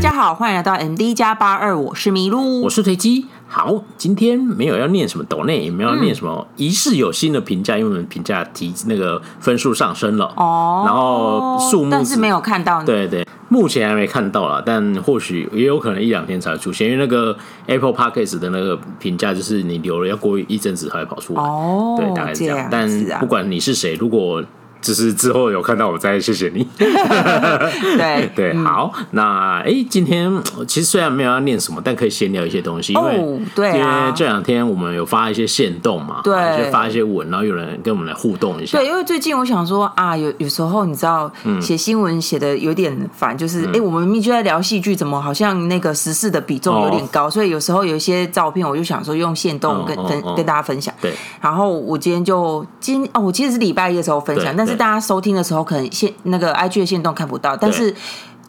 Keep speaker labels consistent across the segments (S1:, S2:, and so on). S1: 家好，欢迎来到 MD 加八二，我是麋鹿
S2: 我。是推机。好，今天没有要念什么抖内，也没有要
S1: 嗯
S2: 念什么疑似有新的评价，因为我们评价提那个分数上升了
S1: 哦
S2: 然后数目
S1: 但是没有看到，，
S2: 对对，目前还没看到啦，但或许也有可能一两天才会出现，因为那个 Apple Podcast 的那个评价就是你留了要过一阵子才会跑出来。
S1: 哦，
S2: 对，大概是
S1: 这
S2: 这
S1: 样
S2: 样。
S1: 子
S2: 但
S1: 啊
S2: 不管你是谁，如果就是之后有看到我再谢谢你。
S1: 对
S2: 对，好，那哎、诶今天呃其实虽然没有要念什么，但可以闲聊一些东西，因为、
S1: 哦对啊
S2: 因为这两天我们有发一些线动嘛，
S1: 对
S2: 就发一些文，然后有人跟我们来互动一下嗯
S1: 对，，因为最近我想说啊，有有时候你知道，写新闻写的有点烦，就是哎、诶我们明明就在聊戏剧，怎么好像那个时事的比重有点高？所以有时候有一些照片，我就想说用线动
S2: 嗯
S1: 跟
S2: 嗯
S1: 跟、
S2: 嗯
S1: 跟大家分享。
S2: 对
S1: 然后我今天就今哦，我其实是礼拜一的时候分享，
S2: 对
S1: 但是
S2: 对
S1: 大家收听的时候可能线那个 IG 的线动看不到，但
S2: 对嗯
S1: 是。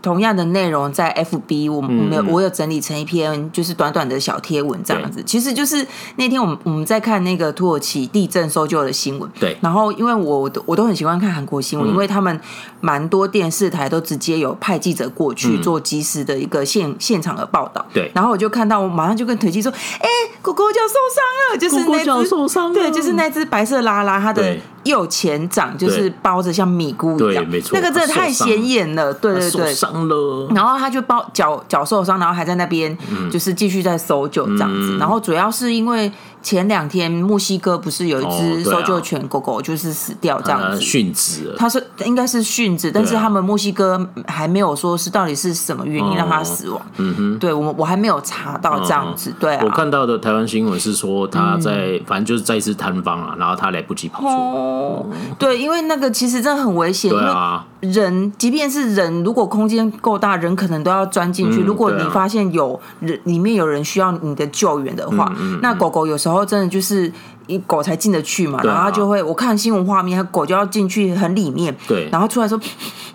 S1: 同样的内容在 FB，我们我们有我有整理成一篇就是短短的小贴文这样子，其实就是那天我们我们在看那个土耳其地震搜救的新闻，
S2: 对
S1: 然后因为我都我都很喜欢看韩国新闻，
S2: 嗯
S1: 因为他们蛮多电视台都直接有派记者过去做及时的一个现现场的报道，
S2: 嗯对
S1: 然后我就看到，我马上就跟腿记说，哎、狗狗脚受伤了，就是
S2: 狗狗
S1: 那只
S2: 脚受伤了
S1: 对，就是那只白色拉拉，它的
S2: 对
S1: 右前掌就是
S2: 对
S1: 包着像米菇一样，
S2: 对没错
S1: 那个真的
S2: 它受
S1: 太
S2: 伤
S1: 显眼了，对
S2: 他
S1: 对
S2: 受
S1: 对，
S2: 伤了，
S1: 然后他就包脚脚受伤，然后还在那边
S2: 嗯
S1: 就是继续在搜救这样子。然后主要是因为前两天墨西哥不是有一只
S2: 哦对啊
S1: 搜救犬狗狗就是死掉这样
S2: 他
S1: 子。
S2: 呃殉职了。
S1: 它是应该是殉职，但是
S2: 对啊
S1: 他们墨西哥还没有说是到底是什么原因让它死
S2: 哦
S1: 亡。嗯哼，对我们我还没有查到这样子。对
S2: 嗯我
S1: 啊，嗯
S2: 看到的台湾新闻是说他在，反正就是再次坍方啊，然后他来不及跑出，
S1: 哦，对，因为那个其实真的很危险，因
S2: 对
S1: 为
S2: 啊，
S1: 人，即便是人，如果空间够大，人可能都要钻进去。
S2: 嗯
S1: 如果
S2: 对
S1: 你
S2: 啊
S1: 发现有人里面有人需要你的救援的话，
S2: 嗯
S1: 那狗狗有时候真的就是。一狗才进得去嘛，
S2: 对
S1: 然
S2: 啊
S1: 后它就会，我看新闻画面，它狗就要进去很里面，
S2: 对哦
S1: 然后出来说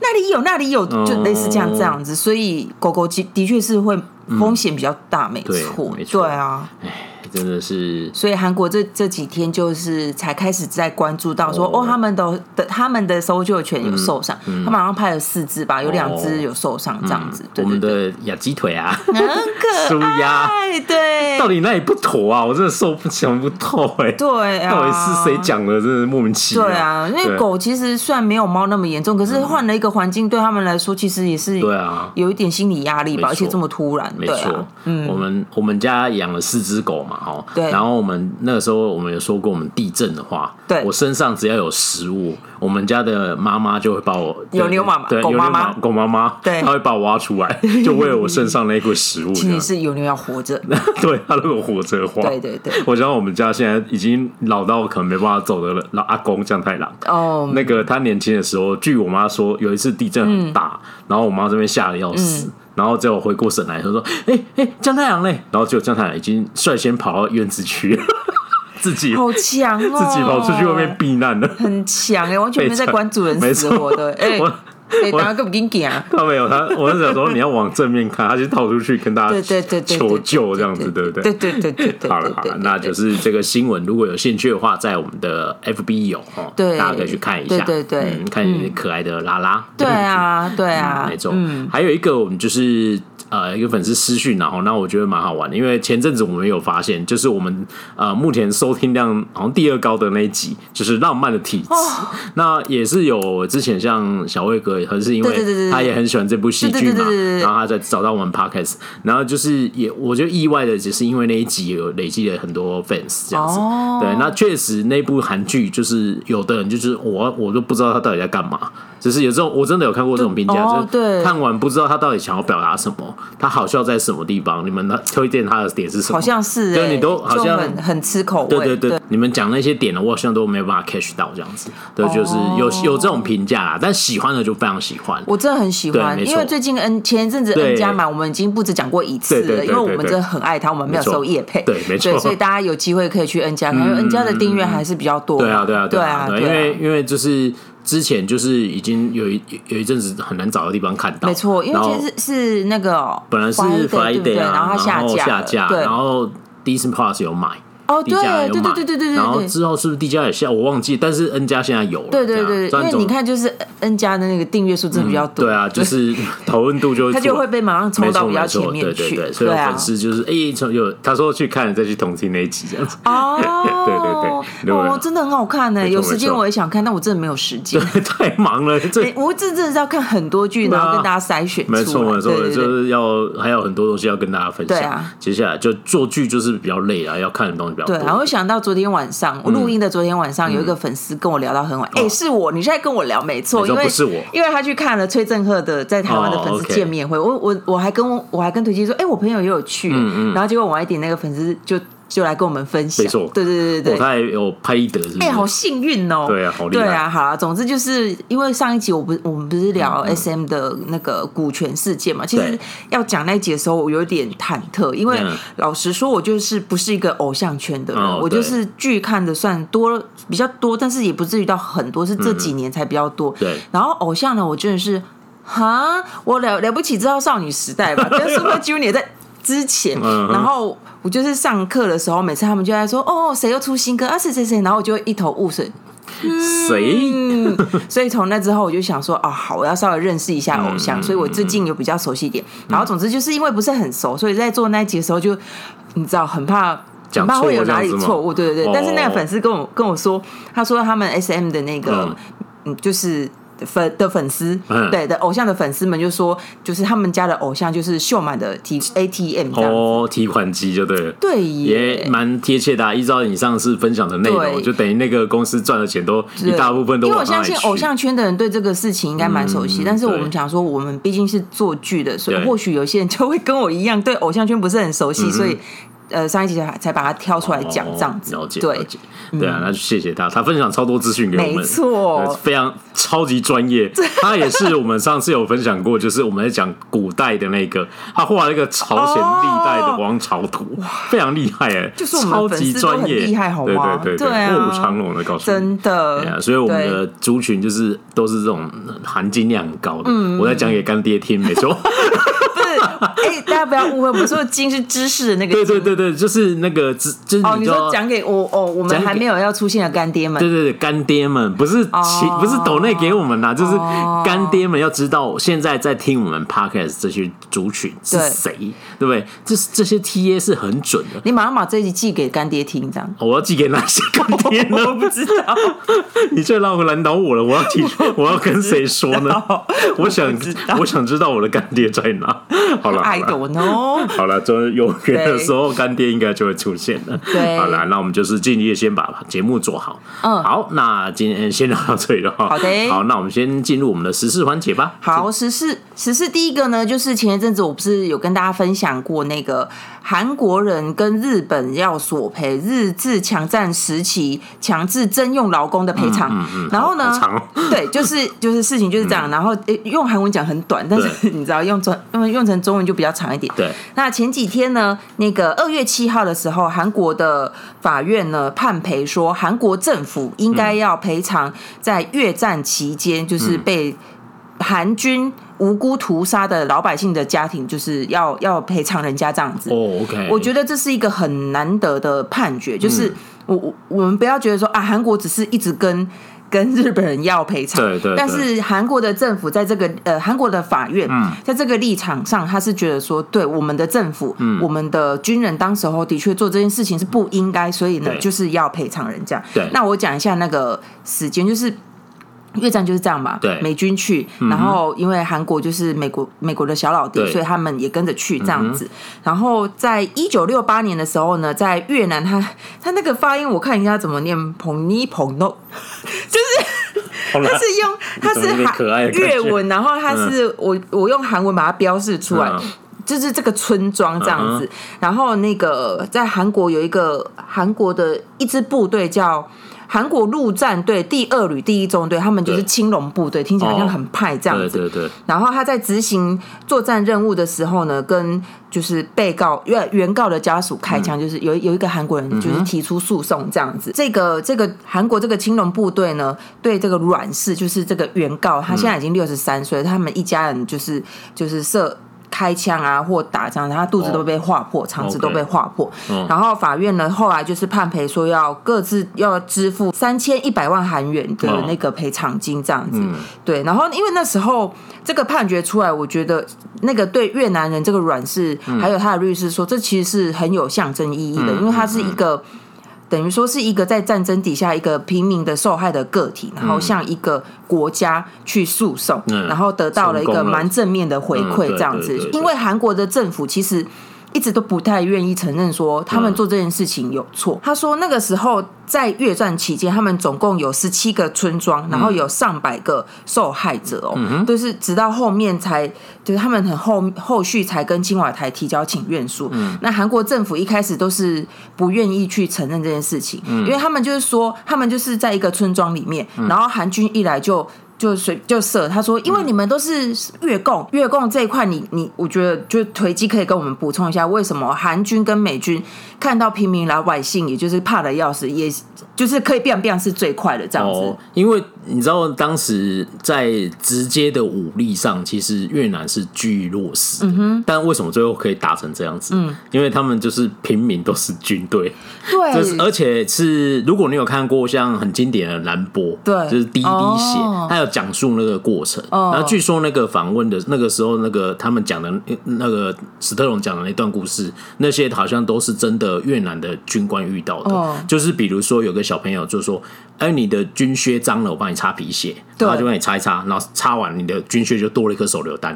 S1: 那里有那里有，就类似这样这样子，所以狗狗其的确是会风险比较大，没
S2: 嗯对
S1: 错，
S2: 没错
S1: 对啊，
S2: 真的是
S1: 所以韩国这这几天就是才开始在关注到说，哦，
S2: 哦嗯
S1: 他们的的他们的搜救犬有受伤，他们好像拍了四只吧，有两只有受伤这样子，对
S2: 哦嗯我
S1: 对
S2: 们
S1: 对，
S2: 的亚鸡腿啊，
S1: 很
S2: 舒
S1: 可
S2: 压
S1: 爱，对
S2: 到底哪里不妥啊？我真的受不想不透哎，
S1: 对啊，
S2: 到底是谁？讲的？真的莫名其妙。
S1: 对啊，因为
S2: 对嗯
S1: 狗其实虽然没有猫那么严重，可是换了一个环境，对他们来说其实也是
S2: 对啊，
S1: 有一点心理压力吧，
S2: 没错
S1: 而且这么突然，
S2: 没
S1: 对
S2: 错，
S1: 啊，
S2: 我们我们家养了四只狗嘛，哦，
S1: 对
S2: 然后我们那个时候我们有说过，我们地震的话，
S1: 对
S2: 我身上只要有食物，我们家的妈妈就会把我
S1: 有
S2: 对
S1: 牛妈妈
S2: 对，
S1: 狗
S2: 有牛
S1: 妈妈
S2: 妈狗妈妈，
S1: 对
S2: 她会把我挖出 来，就为了我身上那股食物，
S1: 其实是有牛要活着，
S2: 对，她如果活着的话，
S1: 对对对，
S2: 我想我们家现在已经老到可能没办法走的了，老阿公姜太郎。
S1: 哦，
S2: 那个他年轻的时候，据我妈说，有一次地震很大，
S1: 嗯
S2: 然后我妈这边吓得要死，然后结果回过神来，她说：“哎、哎、姜太郎嘞！”然后结果姜太郎已经率先跑到院子去 了，自己、
S1: 好强哦，
S2: 自己跑出去外面避难了。
S1: 很强哎、完全没有在关主人死活的哎、
S2: 没
S1: 欸
S2: 错我
S1: 哎，大家更不跟讲，
S2: 他没有，他我是想说你要往正面看，他就逃出去跟大
S1: 对
S2: 家
S1: 对对对，对
S2: 啊求救这样子，对不
S1: 对？对对对对对，
S2: 好了好
S1: 对
S2: 了，那就是这个新闻，如果有兴趣的话，在我们的 FB 有哦，
S1: 对
S2: 大家可以去看一下，
S1: 对对对
S2: 嗯，看你可爱的拉拉，
S1: 对
S2: 嗯
S1: 啊对啊，
S2: 没错。还有一个我们就是呃一个粉丝私讯啊，然后那我觉得蛮好玩的，因为前阵子我们有发现，就是我们呃目前收听量好像第二高的那一集，就是《浪漫的体质》
S1: 哦
S2: 那也是有之前像小魏哥，还是因
S1: 对对对对
S2: 为他也很喜欢这部戏
S1: 对对
S2: 剧
S1: 对
S2: 嘛
S1: 对对对，
S2: 然后他再找到我们 podcast，然后就是也我觉得意外的，只是因为那一集有累积了很多 fans 这样子，
S1: 哦
S2: 对，那确实那部韩剧就是有的人就是我我都不知道他到底在干嘛，只是有这种我真的有看过这种评价，
S1: 哦
S2: 就
S1: 对
S2: 是看完不知道他到底想要表达什么，他好笑在什么地方，你们推荐他的点是什么？
S1: 好像是、欸，
S2: 对你都好像
S1: 就很很吃口味，
S2: 对对对，你们讲那些点呢，我好像都没有办法 catch 到这样子，对，
S1: 哦
S2: 就是有有这种评价啦，但喜欢的就非常喜欢，
S1: 我真的很喜欢，
S2: 对没错
S1: 因为最近 N 前一阵子
S2: 对
S1: N 加满，我们已经不止讲过一次了，
S2: 对对对
S1: 因为我们
S2: 对对
S1: 真的很爱他，我们没有
S2: 没错
S1: 收业配，
S2: 对没错嗯
S1: 所以大家有机会可以去 N 加看，因为 N 加的订阅还是比较多嘛，
S2: 对啊，对啊，
S1: 对
S2: 啊，
S1: 对
S2: 因为因为就是之前就是已经有一有一阵子很难找的地方看到，
S1: 没错，因为
S2: 然后
S1: 其实是那个
S2: 本来是
S1: Friday，对不对
S2: Friday 啊，
S1: 然后它
S2: 然
S1: 下
S2: 后
S1: 架
S2: 下
S1: 了，
S2: 架，
S1: 对，
S2: 然后 Disney Plus 有买。
S1: 哦
S2: 地价有
S1: 对
S2: 买，
S1: 对对对对对对
S2: 然后之后是不是地价也下？我忘记，但是 N 家现在有了，
S1: 对对对，
S2: 这
S1: 对
S2: 样
S1: 因为你，看就是 N 加的那个订阅数真的比较
S2: 这
S1: 多，
S2: 样对啊， 就是讨论度就会
S1: 他就会被马上
S2: 没
S1: 抽
S2: 错
S1: 到比较
S2: 没
S1: 前
S2: 错，
S1: 面
S2: 对对
S1: 去，
S2: 对，所以有
S1: 啊
S2: 粉，丝就是哎，从有他说去看了再去同听那一集这样子，
S1: 哦
S2: 对对对对
S1: 哦，真的很好看呢，
S2: 没错
S1: 有时
S2: 没
S1: 间
S2: 错
S1: 我也想看，但我真的没有时间。
S2: 太忙了，这
S1: 哎我这真的是要看很多剧，
S2: 对啊
S1: 然后跟大家筛选出来。
S2: 没错，没错，
S1: 对对对
S2: 就是要还有很多东西要跟大家分享。
S1: 对啊
S2: 接下来就做剧就是比较累啊，要看的东西比较多。
S1: 对，然后我想到昨天晚
S2: 嗯
S1: 上，我录音的昨天晚上，有一个粉丝跟我聊到很晚，哎、是我，你现在跟我聊没错，
S2: 没错
S1: 因为
S2: 哦不是我
S1: 因为他去看了崔振赫的在台湾的粉
S2: 哦
S1: 丝
S2: ，OK
S1: 见面会，我我我还跟我我还跟推机说，哎、我朋友也有去，然后结果王一鼎那个粉丝就就来跟我们分享
S2: 嗯没错，
S1: 对对对对对。
S2: 我他也有拍一得，是不是？
S1: 哎、好幸运哦！
S2: 嗯对啊好厉害
S1: 对啊，好啦，总之就是因为上一集我不我们不是聊 S M 的那个股权事件嘛，其实
S2: 嗯对
S1: 要讲那一集的时候，我有点忐忑，因为
S2: 嗯
S1: 老实说，我就是不是一个偶像圈的人，
S2: 哦
S1: 我
S2: 对
S1: 就是剧看的算多比较多，但是也不至于到很多，是这几年才比较多。
S2: 嗯对
S1: 然后偶像呢，我真的是哈，我了了不起，知道少女时代吧， 跟 Super Junior 在之前，
S2: 嗯哼
S1: 然后我就是上课的时候，每次他们就在说哦，谁又出新歌啊，谁谁谁，然后我就会一头雾水。
S2: 谁？
S1: 嗯，所以从那之后我就想说，啊，好，我要稍微认识一下
S2: 嗯
S1: 偶像，所以我最近有比较熟悉一点。然后总之就是因为不是很熟，所以在做那一集的时候就，你知道很怕。
S2: 讲
S1: 很怕会有
S2: 错
S1: 哪里
S2: 这样子吗
S1: 错误，对对对。
S2: 哦
S1: 但是那个粉丝跟我跟我说，他说他们 S M 的那个
S2: 嗯，
S1: 嗯，就是粉的粉丝，
S2: 嗯
S1: 对的偶像的粉丝们就说，就是他们家的偶像就是秀满的 T A T M 这样，
S2: 哦，提款机就对了。
S1: 对耶
S2: 也，蛮贴切的、啊，依照你上次分享的内容，
S1: 对
S2: 就等于那个公司赚的钱都一
S1: 对
S2: 大部分都
S1: 因为我
S2: 往那
S1: 相
S2: 里去
S1: 信。偶像圈的人对这个事情应该蛮熟悉，
S2: 嗯
S1: 但是我们
S2: 对
S1: 想说，我们毕竟是做剧的，所以
S2: 对嗯
S1: 或许有些人就会跟我一样对偶像圈不是很熟悉，所以呃上一集才才把它挑出来讲这样子。
S2: 哦了解，了
S1: 对，嗯
S2: 解，对啊，那就谢谢他，他分享超多资讯给我们，
S1: 没错
S2: 对非常超级专业。他也是我们上次有分享过，就是我们在讲古代的那个，他画了一个朝鲜历代的王朝图，非常厉害哎，
S1: 哦就是我
S2: 超
S1: 们粉
S2: 级
S1: 丝都
S2: 专
S1: 很
S2: 业，
S1: 厉害好
S2: 对
S1: 吗
S2: 对对
S1: 对啊
S2: 卧虎藏龙的告诉你。
S1: 真的
S2: 对啊，所以我们
S1: 对
S2: 的族群就是都是这种含金量很高的。
S1: 嗯
S2: 我在讲给干爹听，没错。
S1: 不是，哎，大家不要误会，我们说的金是知识的那个
S2: 对对
S1: 金
S2: 对对，就是那个，就是就是
S1: 哦，
S2: 你
S1: 你
S2: 知道
S1: 说讲给我哦，我们
S2: 讲给
S1: 还没有要出现的干爹们
S2: 对，对对，干爹们不是其、
S1: 哦
S2: 不是抖内给我们啦，就是
S1: 哦
S2: 干爹们要知道现在在听我们 podcast 这些族群是
S1: 对
S2: 谁，对不对？这这些 TA 是很准的。哦。
S1: 你马上把这一集寄给干爹听，这样
S2: 我要寄给哪些干爹呢？
S1: 我不知道，
S2: 你却让我难倒我了。我要 提，我要跟谁说呢？我想，我想知道我的干爹在哪。好了，好
S1: ，I
S2: 了
S1: don't know。
S2: 好了，终于有缘的
S1: 对
S2: 时候，干爹应该就会出现了。
S1: 对
S2: 好了，那我们就是尽力地先把节目做好。
S1: 嗯
S2: 好，那今天先聊到这里了哈。
S1: 好的
S2: 好，那我们先进入我们的时事环节吧。
S1: 好，十四十四第一个呢，就是前一阵子我不是有跟大家分享过那个韩国人跟日本要索赔日治强占时期强制征用劳工的赔偿，
S2: 嗯
S1: 然后呢
S2: 好，长嗯哦
S1: 对，就是就是事情就是这样，然后诶用韩文讲很短，但是 你知道用中用用成中文就比较长一点。
S2: 对，
S1: 那前几天呢，那个二月七号的时候，韩国的法院呢判赔说，韩国政府应该要赔偿在越战期间就是
S2: 嗯
S1: 被韩军无辜屠杀的老百姓的家庭，就是要要赔偿人家这样子。
S2: 哦，OK，
S1: 我觉得这是一个很难得的判决，
S2: 嗯
S1: 就是我我我们不要觉得说啊，韩国只是一直跟跟日本人要赔偿，
S2: 对对对嗯
S1: 但是韩国的政府在这个呃韩国的法院、在这个立场上，他是觉得说，对我们的政府，
S2: 嗯
S1: 我们的军人当时候的确做这件事情是不应该，所以呢
S2: 对
S1: 就是要赔偿人家。
S2: 对
S1: 那我讲一下那个时间，就是。越战就是这样嘛，
S2: 对嗯
S1: 美军去，然后因为韩国就是美国美国的小老弟
S2: 对，嗯
S1: 所以他们也跟着去这样子。然后在一九六八年的时候呢，在越南他，他那个发音我看一下怎么念，彭尼彭诺，
S2: 好啦
S1: 他是用他
S2: 怎么有
S1: 是
S2: 点可爱
S1: 韩
S2: 的感觉
S1: 越文，然后他是、我我用韩文把它标示出来。
S2: 嗯
S1: 就是这个村庄这样子然后那个在韩国有一个韩国的一支部队叫韩国陆战队第二旅第一中队，他们就是
S2: 对
S1: 青龙部队，听起来好像
S2: 哦
S1: 很派这样
S2: 对
S1: 子。
S2: 对对，
S1: 然后他在执行作战任务的时候呢，跟就是被告原原告的家属开枪，就是有有一个韩国人就是提出诉讼这样子。这个这个韩国这个青龙部队呢，对这个阮氏就是这个原告，他现在已经六十三岁，他们一家人就是就是涉。开枪啊或打这样，他肚子都被划破，肠子都被划破。
S2: 嗯
S1: 然后法院呢后来就是判赔说要各自要支付三千一百万韩元的
S2: 嗯
S1: 那个赔偿金这样子。对，然后因为那时候这个判决出来，我觉得那个对越南人这个软式，还有他的律师说，这其实是很有象征意义的，因为他是一个。等于说是一个在战争底下一个平民的受害的个体，然后向一个国家去诉讼，
S2: 嗯
S1: 然后得到了一
S2: 成
S1: 个
S2: 功了
S1: 蛮正面的回馈，
S2: 嗯对
S1: 这样
S2: 对
S1: 子
S2: 对。对
S1: 因为韩国的政府其实。一直都不太愿意承认说他们
S2: 嗯
S1: 做这件事情有错。他说那个时候在越战期间，他们总共有十七个村庄，然后有上百个受害者哦，就是直到后面才就是他们很后后续才跟青瓦台提交请愿书。那韩国政府一开始都是不愿意去承认这件事情，因为他们就是说，他们就是在一个村庄里面，然后韩军一来就。就随就射，他
S2: 嗯
S1: 说，因为你们都是越共，越共这一块，你你，我觉得就随机可以跟我们补充一下，为什么韩军跟美军看到平民老百姓，也就是怕的要死，也就是可以 biang biang 是最快的这样子。
S2: 哦，因为你知道，当时在直接的武力上，其实越南是居于弱势。嗯哼。但为什么最后可以打成这样子？嗯，因为他们就是平民都是军队，这是
S1: 对，
S2: 而且是如果你有看过像很经典的兰博，
S1: 对
S2: 就是第一滴血
S1: 哦，
S2: 他有讲述那个过程。
S1: 哦
S2: 然后据说那个访问的那个时候，那个他们讲的那个史特龙讲的那段故事，那些好像都是真的越南的军官遇到的，
S1: 哦
S2: 就是比如说有个小朋友就说：“哎，你的军靴脏了，我帮你擦皮鞋。”然后
S1: 对
S2: 就帮你擦一擦，然后擦完你的军靴就多了一颗手榴弹，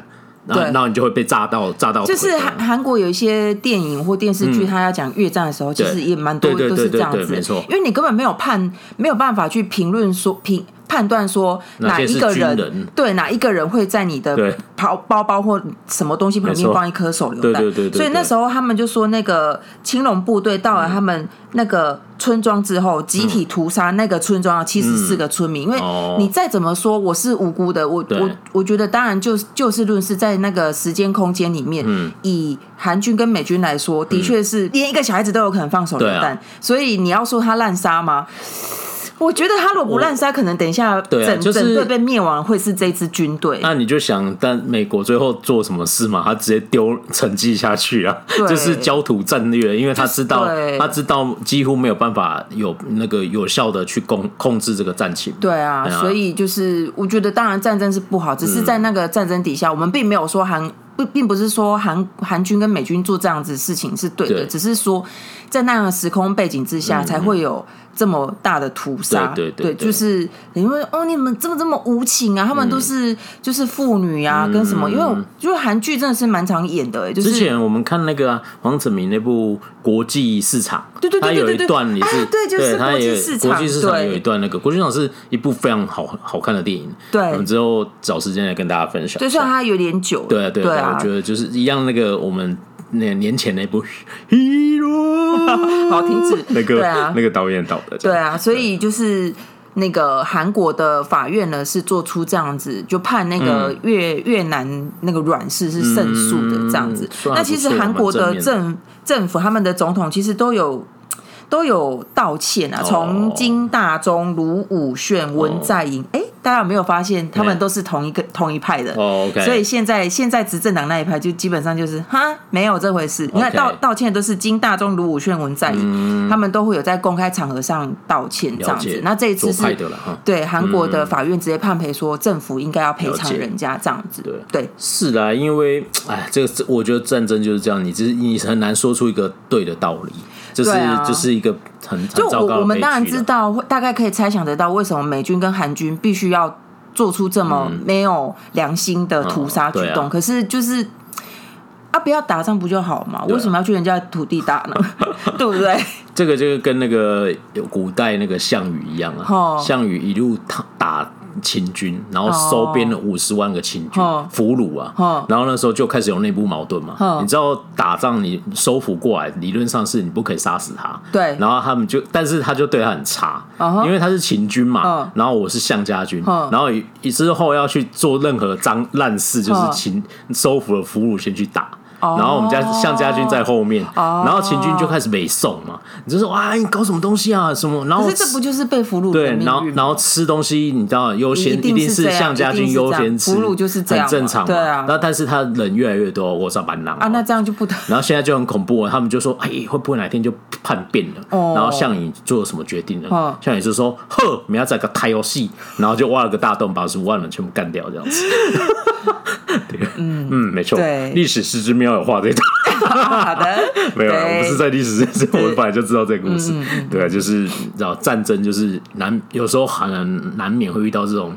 S2: 然后
S1: 对
S2: 然后你就会被炸到炸到腿
S1: 就
S2: 的。
S1: 是韩韩国有一些电影或电视剧，他要讲越战的时候，其实也蛮多
S2: 对对
S1: 都是这样
S2: 对对
S1: 子，
S2: 对没错
S1: 因为你根本没有判，没有办法去评论说评。判断说
S2: 哪
S1: 哪
S2: 些是
S1: 一个
S2: 军
S1: 人
S2: 人
S1: 对哪一个人会在你
S2: 对
S1: 的包包包或什么东西旁
S2: 没
S1: 边
S2: 错
S1: 放一颗手榴
S2: 对
S1: 弹，
S2: 对对对对
S1: 所以那时候他们就说，那个青龙部队到了他们那个村庄之后，集体屠杀那个村庄的七十四个村民，因为
S2: 哦
S1: 你再怎么说我是无辜的，我
S2: 对
S1: 我我觉得当然就就事论事，在那个时间空间里面，
S2: 嗯
S1: 以韩军跟美军来说，的确是连一个小孩子都有可能放手榴
S2: 对
S1: 弹，
S2: 啊
S1: 所以你要说他滥杀吗？我觉得他如果不滥杀，可能等一下
S2: 对
S1: 整、
S2: 啊就是啊
S1: 整队被灭亡会是这支军队。
S2: 那你就想，但美国最后做什么事嘛？他直接丢成绩下去啊，
S1: 对
S2: 就是焦土战略，因为他知道
S1: 对
S2: 他知道几乎没有办法有那个有效的去控控制这个战情。
S1: 对啊，
S2: 对啊嗯
S1: 所以就是我觉得，当然战争是不好，只是在那个战争底下，我们并没有说韩不，并不是说韩韩军跟美军做这样子的事情是对的，
S2: 对嗯
S1: 只是说在那样的时空背景之下，才会有这么大的屠杀。
S2: 对对对对嗯
S1: 就是因为哦，你们怎么这么无情啊？他们都是、就是妇女啊，跟什么？因为我就是韩剧真的是蛮常演的、欸，就是
S2: 之前我们看那个啊、黄子明那部《国际市场》，
S1: 对对对
S2: 他有
S1: 对
S2: 一
S1: 对对
S2: 段也是，
S1: 啊对就是
S2: 他也
S1: 国际市场
S2: 国际市场
S1: 对
S2: 有一段那个《国际市场》是一部非常好好看的电影。
S1: 对
S2: 我们之后找时间来跟大家分享一下。
S1: 就算它有点久了，
S2: 对啊对啊对啊，
S1: 啊
S2: 我觉，得就是一样那个我们那年前那部《Hero
S1: 好停止
S2: 那个
S1: 对啊
S2: 那个导演导的，
S1: 对啊，所以就是那个韩国的法院呢，是做出这样子，就判那个越、越南那个阮氏是胜诉的这样子
S2: 嗯。算
S1: 那其实
S2: 不错
S1: 韩国
S2: 蛮正
S1: 的
S2: 面的
S1: 政政府他们的总统其实都有。都有道歉啊，
S2: 哦
S1: 从金大中、卢武铉、文在寅，哎、大家有没有发现他
S2: 没
S1: 们
S2: 有
S1: 都是同一个同一派的？
S2: 哦，OK，
S1: 所以现在现在执政党那一派就基本上就是哈没有这回事。你看
S2: OK 嗯
S1: 道道歉都是金大中、卢武铉、文在寅、他们都会有在公开场合上道歉这
S2: 了
S1: 样
S2: 解
S1: 子。，那这一次
S2: 左派
S1: 是
S2: 的了哈。
S1: 对韩国的法院直接判赔说政府应该要赔
S2: 了
S1: 偿
S2: 解
S1: 人家这样子。对
S2: 是啦，因为哎，这个我觉得战争就是这样，你就是你很难说出一个对的道理，就是、
S1: 对啊
S2: 就是一个很很
S1: 就
S2: 糟糕的
S1: 我我们
S2: 悲
S1: 当然
S2: 剧啦
S1: 知道，会大概可以猜想得到为什么美军跟韩军必须要做出这么没有良心的屠杀举
S2: 嗯嗯对
S1: 动，
S2: 啊
S1: 可是就是。啊！不要打仗不就好嘛？
S2: 啊
S1: 为什么要去人家的土地打呢？ 对不对？
S2: 这个就是跟那个古代那个项羽一样啊，
S1: 哦
S2: 项羽一路打打秦军，然后收编了五十万个秦军、
S1: 哦
S2: 俘虏啊，
S1: 哦
S2: 然后那时候就开始有内部矛盾嘛。
S1: 哦
S2: 你知道打仗你收服过来，理论上是你不可以杀死他，
S1: 对
S2: 然后他们就，但是他就对他很差，
S1: 嗯哼
S2: 因为他是秦军嘛，
S1: 嗯
S2: 然后我是项家军，
S1: 嗯
S2: 然后以之后要去做任何脏烂事，就是
S1: 嗯
S2: 秦收服了俘虏先去打。
S1: 哦
S2: 然后我们家向家军在后面，然后秦军就开始北送嘛，你就说哇，你搞什么东西啊什么？然后
S1: 可是这不就是被俘虏的
S2: 对，
S1: 命运
S2: 然后
S1: 吗
S2: 然后吃东西，你知道优先
S1: 一定是
S2: 是
S1: 这样啊
S2: 向家军优先吃，
S1: 一定是这样俘虏就是这样嘛
S2: 很正常嘛。
S1: 对啊
S2: 那但是他人越来越多，我上班狼
S1: 啊，那这样就不得
S2: 然后现在就很恐怖了，他们就说：“哎，会不会哪天就叛变了？”
S1: 哦
S2: 然后项羽做了什么决定呢？
S1: 哦
S2: 项羽就说：“呵，明仔个开游戏，然后就挖了个大洞，把五万人全部干掉，这样 子。对”嗯嗯，没错
S1: 对，
S2: 历史师之妙有画 这一段。，
S1: 好的
S2: 没有啦，
S1: 对嗯
S2: 我不是在历史之前，我本来就知道这个故事。对啊，就是你知道战争就是难，有时候很难免会遇到这种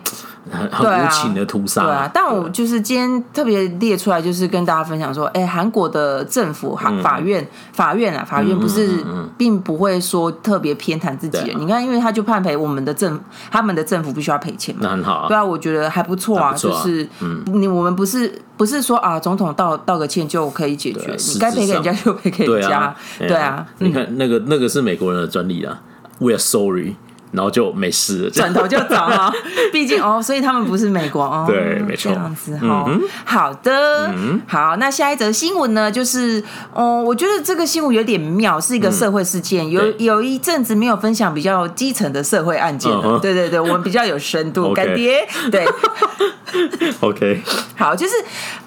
S2: 很
S1: 对
S2: 很
S1: 啊
S2: 无情的屠杀。
S1: 对啊，但我就是今天特别列出来，就是跟大家分享说，哎、韩国的政府、
S2: 嗯
S1: 法法院、法院啊，法院不是并不会说特别偏袒自己
S2: 对
S1: 人。
S2: 啊
S1: 你看，因为他就判赔我们的政，他们的政府必须要赔钱
S2: 那
S1: 嘛。
S2: 很好啊。
S1: 对啊，我觉得还不错啊，
S2: 还不错啊
S1: 就是、你我们不是不是说啊，总统道道个歉就可以解决
S2: 对啊，
S1: 你该赔给人家就赔给
S2: 对
S1: 人家
S2: 啊，，
S1: 对啊，
S2: 你看那个那个是美国人的专利啊，We are sorry，然后就没事了。这样
S1: 转头就走啊，毕竟哦，所以他们不是美国哦，
S2: 对没错嗯
S1: 这样子哈、好的，好，那下一则新闻呢，就是哦，我觉得这个新闻有点妙，是一个社会事件，有
S2: 嗯对
S1: 有一阵子没有分享比较基层的社会案件了
S2: 嗯哼
S1: 对对对，我们比较有深度，
S2: OK
S1: 干爹，对，
S2: OK，
S1: 好，就是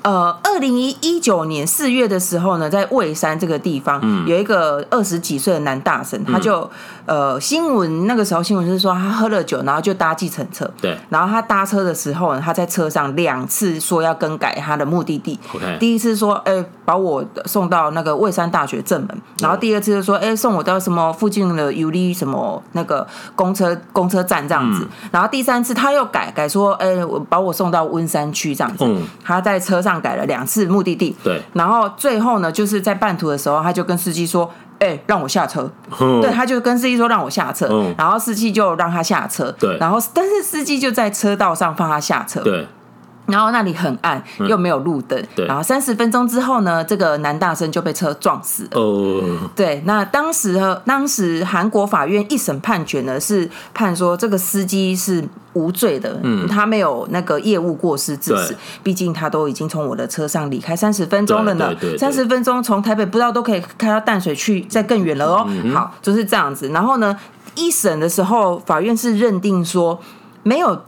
S1: 呃，二零一一九年四月的时候呢，在蔚山这个地方，
S2: 嗯
S1: 有一个二十几岁的男大神，他就、呃新闻那个时候新闻是说他喝了酒，然后就搭计程车，
S2: 对
S1: 然后他搭车的时候呢，他在车上两次说要更改他的目的地
S2: OK
S1: 第一次说哎、把我送到那个蔚山大学正门，然后第二次就说哎、送我到什么附近的尤利什么那个公车公车站这样子，
S2: 嗯
S1: 然后第三次他又改改说哎、我把我送到温山区这样子。
S2: 嗯
S1: 他在车上改了两次目的地，
S2: 对
S1: 然后最后呢，就是在半途的时候，他就跟司机说：“哎、让我下车。”
S2: 嗯
S1: 对，他就跟司机说让我下车，
S2: 嗯
S1: 然后司机就让他下车，
S2: 对
S1: 然后但是司机就在车道上放他下车，
S2: 对嗯
S1: 然后那里很暗，又没有路灯，
S2: 对
S1: 然后三十分钟之后呢，这个男大生就被车撞死了。
S2: 哦，
S1: 对，那当时呢当时韩国法院一审判决呢是判说这个司机是无罪的，嗯，他没有那个业务过失致死
S2: 对，
S1: 毕竟他都已经从我的车上离开三十分钟了呢
S2: 对对，对
S1: 三十分钟从台北不知道都可以开到淡水去，再更远了哦。
S2: 嗯
S1: 好，就是这样子。然后呢，一审的时候，法院是认定说没有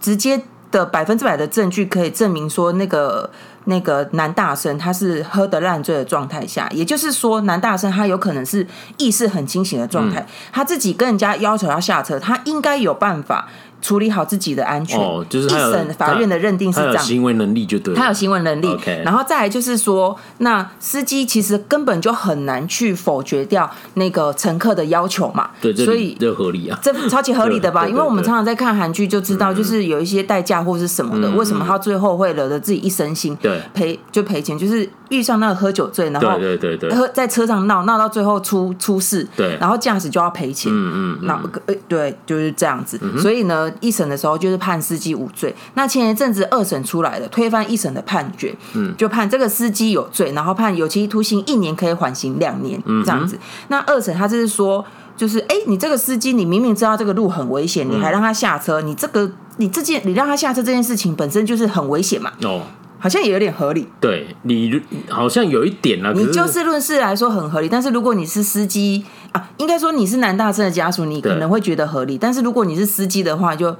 S1: 直接的百分之百的证据可以证明说那个那个男大生他是喝得烂醉的状态下，也就是说男大生他有可能是意识很清醒的状
S2: 嗯
S1: 态，他自己跟人家要求要下车，他应该有办法处理好自己的安全。
S2: 哦就是他有
S1: 一审法院的认定是
S2: 他
S1: 这
S2: 有
S1: 样。
S2: 行为能力就对了，
S1: 他有行为能力
S2: OK
S1: 然后再来就是说，那司机其实根本就很难去否决掉那个乘客的要求嘛，
S2: 对，这
S1: 所以
S2: 这合理啊。
S1: 这超级合理的吧？
S2: 对对对嗯
S1: 因为我们常常在看韩剧就知道，就是有一些代驾或是什么的，为什么他最后会惹得自己一身腥，
S2: 对
S1: 赔就赔钱，就是遇上那个喝酒醉，然后
S2: 对对对对
S1: 喝在车上闹闹到最后出出事，
S2: 对
S1: 然后驾驶就要赔钱，
S2: 嗯嗯，
S1: 那呃对，就是这样子。所以呢，一审的时候就是判司机无罪。那前一阵子二审出来了，推翻一审的判决，嗯，就判这个司机有罪，然后判有期徒刑一年，可以缓刑两年，
S2: 嗯
S1: 这样子。那二审他就是说，就是哎、你这个司机，你明明知道这个路很危险，你
S2: 嗯
S1: 还让他下车，你这个你这件你让他下车这件事情本身就是很危险嘛，
S2: 哦，
S1: 好像也有点合理。
S2: 对，你好像有一点啊，可
S1: 你
S2: 是
S1: 就事论事来说很合理，但是如果你是司机啊，应该说你是男大生的家属，你可
S2: 对
S1: 能会觉得合理。但是如果你是司机的话，就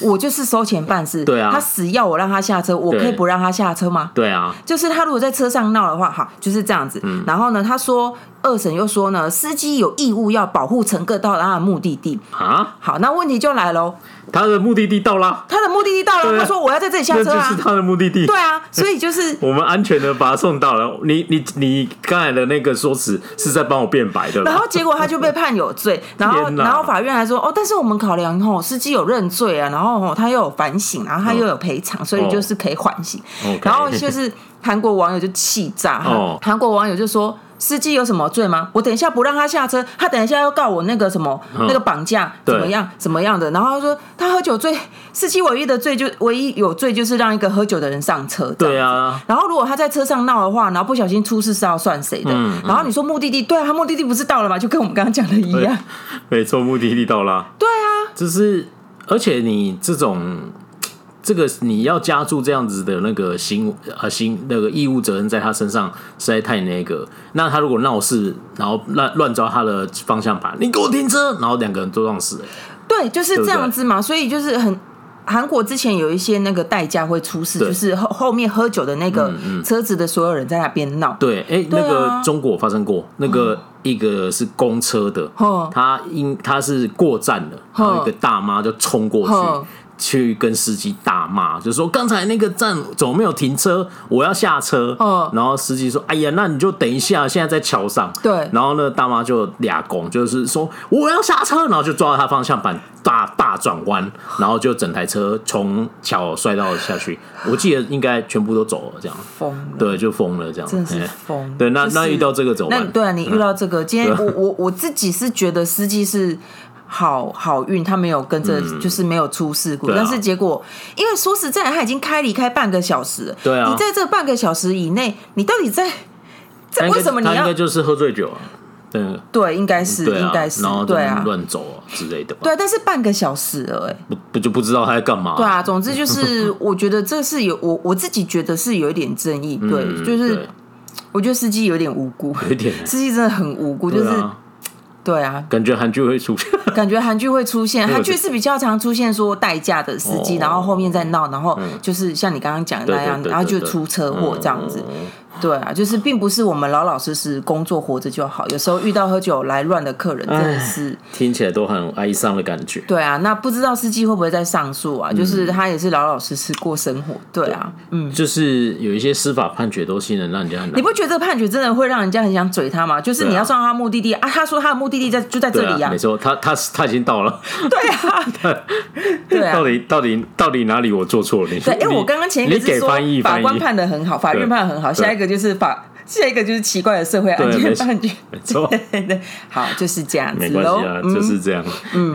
S1: 我就是收钱办事，
S2: 对啊
S1: 他死要我让他下车，我可以
S2: 对
S1: 不让他下车吗？
S2: 对啊，
S1: 就是他如果在车上闹的话，哈，就是这样子。
S2: 嗯
S1: 然后呢，他说二审又说呢，司机有义务要保护乘客到他的目的地。
S2: 啊，
S1: 好，那问题就来喽，
S2: 他的目的地到啦，
S1: 他的目的地到了，
S2: 对啊
S1: 他说我要在这里下
S2: 那
S1: 车
S2: 就是
S1: 啊，
S2: 他的目的地。
S1: 对啊，所以就是
S2: 我们安全的把他送到了。你你你刚才的那个说辞是在帮我辩白的
S1: 然
S2: 吧
S1: 后？结果他就被判有罪，然后
S2: 天哪
S1: 然后法院还说哦，但是我们考量吼司机有认罪啊，然后吼他又有反省，然后
S2: 嗯
S1: 他又有赔偿，所
S2: 哦
S1: 以就是可以缓刑。
S2: OK
S1: 然后 就是韩国网友就气炸，
S2: 哦
S1: 韩国网友就说。司机有什么罪吗？我等一下不让他下车，他等一下要告我那个什么、
S2: 嗯
S1: 那个绑架怎
S2: 对
S1: 么样怎么样的。然后他说他喝酒醉，司机唯一的罪就唯一有罪就是让一个喝酒的人上车。这样
S2: 对啊，
S1: 然后如果他在车上闹的话，然后不小心出事是要算谁的？
S2: 嗯
S1: 然后你说目的地，对啊，他目的地不是到了吗？就跟我们刚刚讲的一样。
S2: 没错，目的地到啦。
S1: 对啊，
S2: 就是，而且你这种这个你要加注这样子的那个行呃行那个义务责任在他身上实在太那个。那他如果闹事，然后乱乱抓他的方向盘，你给我停车，然后两个人都撞死了。
S1: 对，就是
S2: 对不
S1: 这
S2: 对
S1: 样子嘛，所以就是很。韩国之前有一些那个代驾会出事，
S2: 对嗯
S1: 就是后后面喝酒的那个车子的所有人在那边闹，
S2: 对，哎、
S1: 对
S2: 那
S1: 啊嗯
S2: 个中国发生过，那个一个是公车的，
S1: 哦
S2: 他因他是过站了，然后一个大妈就冲过去。
S1: 哦
S2: 去跟司机大骂，就说刚才那个站怎么没有停车？我要下车。
S1: 哦
S2: 然后司机说：“哎呀，那你就等一下，现在在桥上。”
S1: 对
S2: 然后呢，大妈就俩拱，就是说我要下车，然后就抓到他方向盘，大大转弯，然后就整台车从桥摔到下去。我记得应该全部都走了，这样
S1: 疯了，
S2: 对，就疯了这样。
S1: 真的是
S2: 哎
S1: 疯。
S2: 对，那、
S1: 就是
S2: 那遇到这个怎么
S1: 那
S2: 办？
S1: 对啊，你遇到这个， 今天
S2: 对
S1: 我我我自己是觉得司机是好好运，他没有跟着、就是没有出事故，
S2: 嗯对啊
S1: 但是结果因为说实在，他已经开离开半个小时了，
S2: 对啊
S1: 你在这半个小时以内，你到底在
S2: 他
S1: 在
S2: 应该
S1: 为什么你
S2: 他应该
S1: 要
S2: 就是喝醉酒啊？对
S1: 对，应该是、
S2: 对啊
S1: 应该，是
S2: 然后就
S1: 对啊。
S2: 乱走啊之类的吧？
S1: 对啊，但是半个小时了、欸，哎，
S2: 不不就不知道他在干嘛？
S1: 对啊，总 之就是，我觉得这是有我我自己觉得是有一点正义，对，
S2: 嗯
S1: 就是
S2: 对
S1: 我觉得司机有点无辜，
S2: 有一点
S1: 司机真的很无辜，就
S2: 对
S1: 是
S2: 啊，
S1: 对啊，
S2: 感觉韩剧会出 现。
S1: 感觉韩剧会出现，
S2: 对
S1: 韩剧是比较常出现说代驾的司机，
S2: 哦嗯
S1: 然后后面再闹，然后就是像你刚刚讲的那样，
S2: 对对对对嗯
S1: 然后就出车祸这样子。对啊，就是并不是我们老老实实工作活着就好，有时候遇到喝酒来乱的客人真的是。
S2: 听起来都很哀伤的感觉。
S1: 对啊，那不知道司机会不会再上诉
S2: 嗯
S1: 啊？就是他也是老老实实过生活，对啊，嗯，
S2: 就是有一些司法判决都信任，让人家很
S1: 你
S2: 难。
S1: 不觉得这个判决真的会让人家很想嘴他吗？就是你
S2: 对啊
S1: 要上他目的地啊，他说他的目的地在就在这
S2: 对
S1: 里
S2: 啊，
S1: 啊
S2: 没，错，他他他已经到了，
S1: 对啊， 对啊
S2: 到，底到底到底哪里我做错了？你
S1: 对，哎、我刚刚前一个
S2: 你
S1: 是
S2: 给
S1: 说
S2: 翻译
S1: 法
S2: 翻
S1: 官
S2: 译，
S1: 判的很好，法院
S2: 对
S1: 判的很好，
S2: 对
S1: 下一个就是法，下一个就是奇怪的社会案
S2: 对
S1: 件
S2: 没错
S1: 判决，
S2: 没 错。
S1: 对对，好，就是这样子
S2: 没关
S1: 喽
S2: 系啊，，
S1: 嗯
S2: 就是这样，